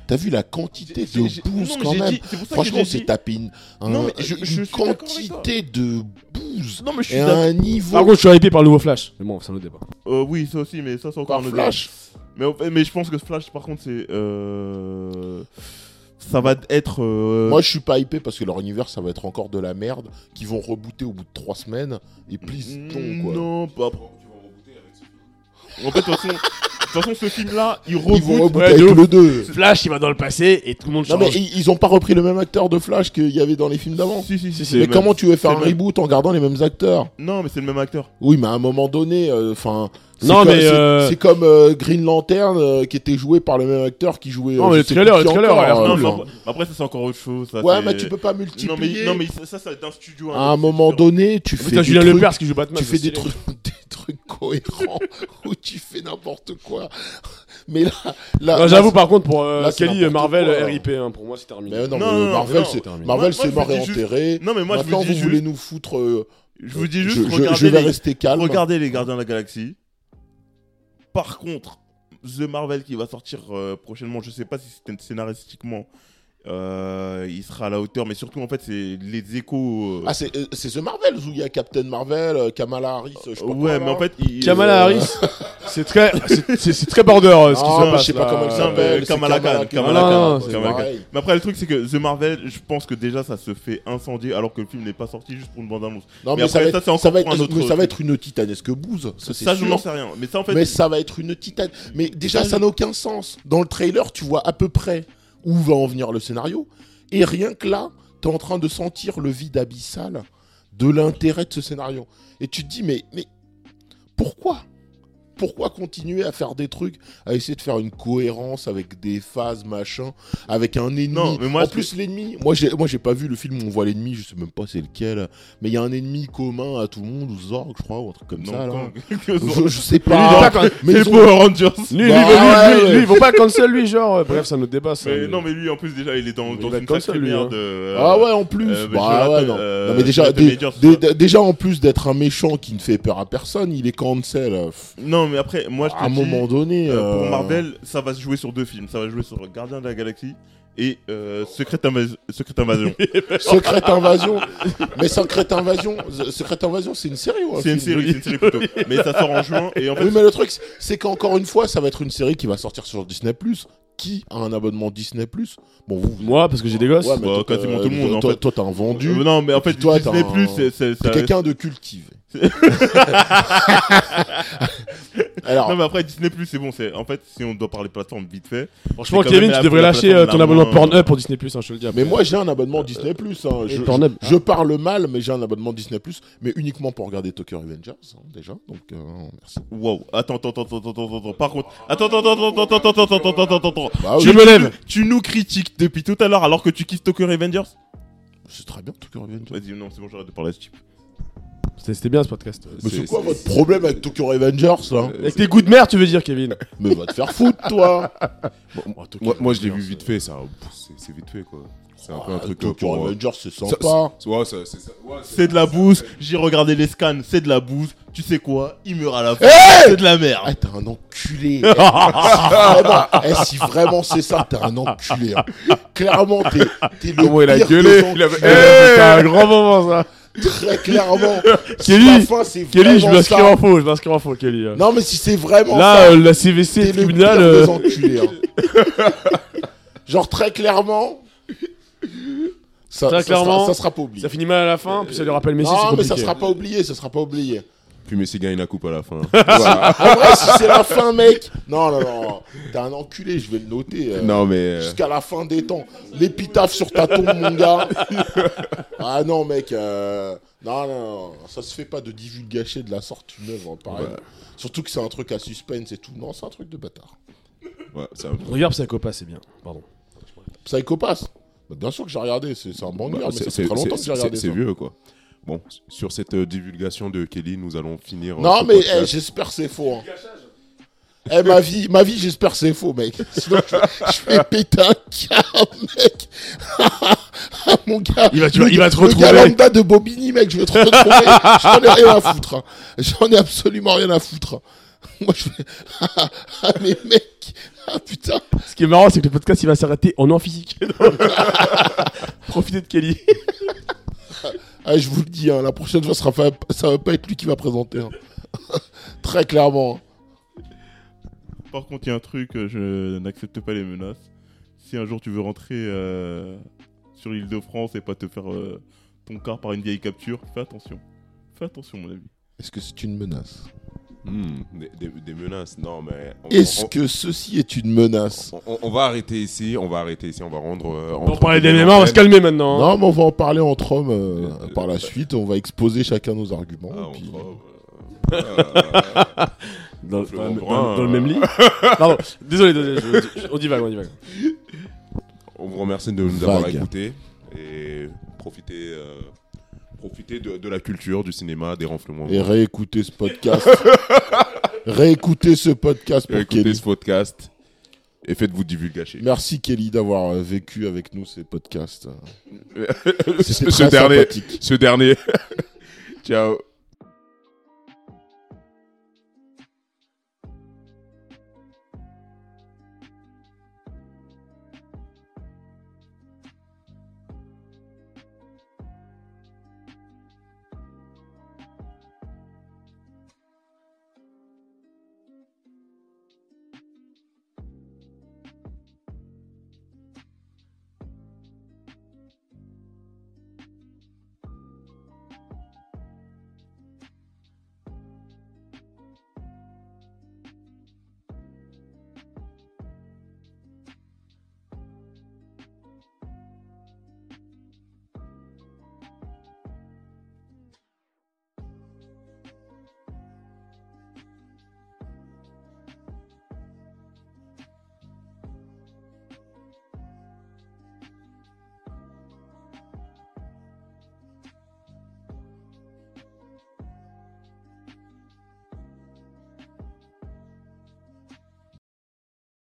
T'as vu la quantité
J'ai- j'ai-
de bouse
non, mais
quand
j'ai
même
dit- c'est pour ça que
Franchement,
j'ai
c'est
dit-
tapé une, un-
Non, mais je-
une
je suis d'accord avec
quantité de bouse
Non, mais je suis
et à
d'accord. Ah
un niveau.
Par contre, je suis hypé par le nouveau Flash. Mais bon, ça nous débat.
Euh, oui, ça aussi, mais ça, c'est encore
Par
un autre
Flash.
débat. Mais, en fait- mais je pense que Flash, par contre, c'est. euh, Ça va être. euh,
Moi, je suis pas hypé parce que leur univers, ça va être encore de la merde. Qui vont rebooter au bout de 3 semaines. Et please, non, quoi.
Mm, Non, pas. En fait, de toute façon- de toute façon, ce film-là, il
Ils vont
reboot.
rebooter avec le 2.
Flash, il va dans le passé et tout le monde
Non,
change.
mais ils ils ont pas repris le même acteur de Flash qu'il y avait dans les films d'avant.
Si, si, si, c'est
Mais
le même-
comment tu veux faire
c'est
un
le même-
reboot en gardant les mêmes acteurs
Non, mais c'est le même acteur.
Oui, mais à un moment donné, euh, enfin.
Non, mais,
C'est
euh,
c'est comme euh, Green Lantern euh, qui était joué par le même acteur qui jouait.
Non,
euh,
mais
je
le
sais
trailer,
plus
le
qui
trailer a l'air
encore,
Non,
cool,
mais
enfin.
après, après, ça, c'est encore autre chose. hein. ça,
Ah, Ouais,
c'est-
mais tu peux pas
Non, mais,
multiplier.
non, mais ça, ça, ça va être un studio.
À un moment donné, tu fais.
Putain,
des
Julien
trucs-
Lepers qui joue Batman.
Tu
c'est
fais des
stylé.
trucs, <laughs> des trucs cohérents <laughs> où tu fais n'importe quoi. Mais là, là,
Non,
là,
J'avoue, par contre, pour euh,
là, c'est
Kelly,
n'importe
Marvel,
quoi.
RIP, hein, pour moi, c'est terminé.
Oh. Mais non,
Non,
mais
non, non,
Marvel,
non.
c'est
Terminé.
Marvel,
Moi,
c'est
moi,
mort
je
et
dis juste-
enterré.
Non, mais moi, je vous
Maintenant,
dis
vous voulez
juste.
nous foutre. euh,
Je vous dis juste,
je- je, je
regardez
vais
les-
rester calme.
Regardez les Gardiens de la Galaxie. Par contre, The Marvel qui va sortir euh, prochainement, je sais pas si c'est scénaristiquement euh, il sera à la hauteur, mais surtout en fait c'est les échos. euh,
Ah, c'est euh, c'est The Marvel où il y a Captain Marvel, euh, Kamala Harris, je sais pas
ouais,
quoi,
mais
là.
en fait il-
Kamala
euh,
Harris,
<laughs>
c'est très, c'est- c'est c'est très border euh, ce qui
Ah,
se
bah,
passe.
je sais pas
là.
comment elle
Non, mais
s'appelle. c'est
Kamala Khan, Kamala
Khan,
Khan,
c'est
c'est
Kamala Khan.
pareil.
Mais après le truc c'est que The Marvel, je pense que déjà ça se fait incendier alors que le film n'est pas sorti juste pour une bande annonce.
Non,
Mais
mais, ça, va
après, ça,
être,
c'est encore
ça va
pour un
être-
autre
mais ça va
truc.
être une titanesque bouse. Ça, c'est
Ça je
sûr.
n'en sais rien, mais ça en fait.
Mais ça va être une titane. Mais déjà,
Ça,
ça n'a aucun sens. Dans le trailer, tu vois à peu près où va en venir le scénario. Et rien que là, t'es en train de sentir le vide abyssal de l'intérêt de ce scénario. Et tu te dis, mais, mais pourquoi pourquoi continuer à faire des trucs, à essayer de faire une cohérence avec des phases, machin, avec un ennemi
Non, mais moi,
En
ce
plus, l'ennemi, moi j'ai, moi j'ai pas vu le film où on voit l'ennemi, je sais même pas c'est lequel, mais il y a un ennemi commun à tout le monde, ou Zorg, je crois, ou un truc comme
Non,
ça. là.
quand-
Je, je sais
il
pas.
est pas-
<laughs> mais
Les
ils ont-
Power Rangers.
Lui, lui, lui,
Bah, ouais,
lui,
ouais.
lui, il faut pas cancel lui, genre. euh, Bref, ça nous débat, ça.
Mais non mais lui en plus déjà il est dans,
Il
dans
va
une
comme ça,
sacrée
lui, hein.
merde. euh,
Ah ouais, en plus.
euh,
bah
Jonathan,
ouais, non.
euh,
non mais déjà,
Jonathan
dé-
Majors,
dé-
ça.
déjà en plus d'être un méchant qui ne fait peur à personne, il est cancel. euh, pff,
Non mais après moi Ah, je te
à un
dis,
moment donné.
Euh, pour
euh,
Marvel, ça va se jouer sur deux films. Ça va se jouer sur Gardien de la Galaxie et euh, Secret, Invas- Secret
<laughs>
Invasion.
<laughs> Secret Invasion. mais Secret Invasion, Secret Invasion, Oh, c'est une série ou un
c'est une
film
série, c'est une série plutôt. Mais ça sort en juin
<laughs>
et en fait,
Oui, mais le truc, c'est- c'est qu'encore une fois, ça va être une série qui va sortir sur Disney+. Qui a un abonnement Disney+. Bon, vous...
Moi, parce que j'ai des gosses.
Ouais, mais
Bah,
toi,
quasiment
euh,
tout le monde, en
Toi,
fait.
toi, t'as un vendu.
Euh, non, mais en fait,
Toi, t'as
Disney
un-
Plus, c'est- c'est-
T'es
ça-
quelqu'un
<laughs>
de cultivé. Alors,
Non, mais après, Disney Plus, c'est bon. C'est en fait, si on doit parler plateforme vite fait.
Franchement,
c'est quand même
Kevin,
la-
tu devrais
la
lâcher euh,
plateforme
ton
la
abonnement
moins-
Pornhub pour Disney+, hein, je te le dis. après.
Mais moi j'ai un abonnement Disney Plus. hein.
Et
Je,
Pornhub.
je parle mal, mais j'ai un abonnement Disney Plus, mais uniquement pour regarder Tokyo Revengers hein, déjà. Donc euh, merci.
Waouh. Attends, attends, attends, attends, attends, attends. Par contre, attends, attends, attends, attends, attends, attends, attends, attends, attends, attends.
Bah,
Je
oui,
me lève.
Tu nous critiques depuis tout à l'heure alors que tu kiffes Tokyo Revengers
c'est très bien Tokyo Revengers.
Vas-y, non, c'est bon, j'arrête de parler à ce type.
C'était c'était bien ce podcast.
euh,
Mais c'est
c'est-
quoi votre problème avec Tokyo Revengers là
Avec tes goûts de merde, tu veux dire,
<laughs>
Kevin
Mais va te faire foutre toi.
Moi, moi, je l'ai vu vite fait, ça. pff, c'est- C'est vite fait, quoi. <laughs> C'est un peu un
Ah,
truc. euh,
Tokyo
pour, euh,
Revengers c'est
ça-
sympa.
c'est- ouais, ça- c'est ça- ouais,
C'est de la bouse. J'ai regardé les scans. C'est de la bouse. Tu sais quoi Il meurt à la fin. C'est de la merde.
Ah t'es
<laughs>
un enculé. Eh, si
Ah,
vraiment, eh, si vraiment c'est ça, t'es un enculé. hein. Clairement t'es t'es le
Comment il a Eh,
pire des
gueulé,
enculés.
il avait-
C'est un grand moment, ça.
Très clairement.
<laughs>
Si
Kelly,
la fin, c'est
Kelly, je
vraiment
m'inscris
ça.
en faux, je m'inscris en faux, Kelly. hein.
Non mais si c'est vraiment ça.
Là, euh, la CVC, le
T'es le
tribunal.
pire
euh,
des enculés,
<laughs>
hein. Genre très clairement. Ça,
Très
ça
clairement,
sera, ça sera pas oublié.
Ça finit mal à la fin, puis ça lui rappelle Messi, c'est
non mais
compliqué.
ça sera pas oublié, ça sera pas oublié.
Puis Messi gagne la coupe à la <laughs> fin.
En vrai, si c'est la fin, mec. Non, non, non. T'es un enculé, je vais le noter. euh,
non, mais. euh,
Jusqu'à la fin des temps. L'épitaphe sur ta tombe, mon gars.
<laughs>
Ah non, mec. euh, Non, non, non. Ça se fait pas de divulgacher de la sorte une œuvre, hein, pareil. Surtout que c'est un truc à suspense et tout. Non, c'est un truc de bâtard.
ouais, c'est un-
Regarde Psychopath, c'est bien. Pardon.
Psychopath Bah, Bien sûr que j'ai regardé, c'est c'est un
bah,
banger, mais
c'est-
ça
c'est-
fait très longtemps que
c'est-
j'ai regardé
C'est
ça.
c'est vieux, quoi. Bon, sur cette euh, divulgation de Kelly, nous allons finir. euh,
Non
ce
mais eh,
podcast.
j'espère que c'est faux. hein. Eh ma vie, ma vie j'espère
<laughs>
que <laughs> c'est faux mec. Sinon je, je vais péter un câble mec. Ah, mon gars.
Il va- tu vas- il va te retrouver.
Le gars lambda de Bobigny, mec, je vais te retrouver. J'en ai rien à foutre. hein. J'en ai absolument rien à foutre. hein. Moi, je vais. <laughs> Ah, ah, mais mec. Ah, putain.
Ce qui est marrant, c'est que le podcast il va s'arrêter en en
<laughs>
physique. Profitez de Kelly.
Ah, je vous le dis, hein, la prochaine fois, ça sera pas- ça va pas être lui qui va présenter. hein. Très clairement.
Par contre, il y a un truc, euh, je n'accepte pas les menaces. Si un jour tu veux rentrer euh, sur l'île de France et pas te faire euh, ton quart par une vieille capture, fais attention. Fais attention, mon ami.
Est-ce que c'est une menace
Hmm, des, des- des menaces. Non, mais. on-
Est-ce
on-
que ceci est une menace
on, on- on va arrêter ici, on va arrêter ici, on va rendre. euh,
On
rendre-
parlait des MMA, on va se calmer maintenant. hein.
Non, mais on va en parler entre hommes euh,
Euh,
par la suite. On va exposer chacun nos arguments.
Ah,
et
on
puis-
se- euh, <laughs>
Dans,
Je
dans-
comprends,
dans- dans le
euh.
même lit. Pardon, désolé, désolé, je- je- on divague, on divague.
On vous remercie de nous avoir
euh, Vague.
écoutés et profitez, euh, profitez de, de la culture, du cinéma, des renflements.
Et réécouter
<laughs>
ce podcast. réécouter ce podcast pour
Écoutez
Kelly.
ce podcast et faites-vous divulgacher.
Merci Kelly d'avoir euh, vécu avec nous ces podcasts.
<laughs> ce,
C'était très
dernier, <laughs>
sympathique.
ce dernier. Ciao.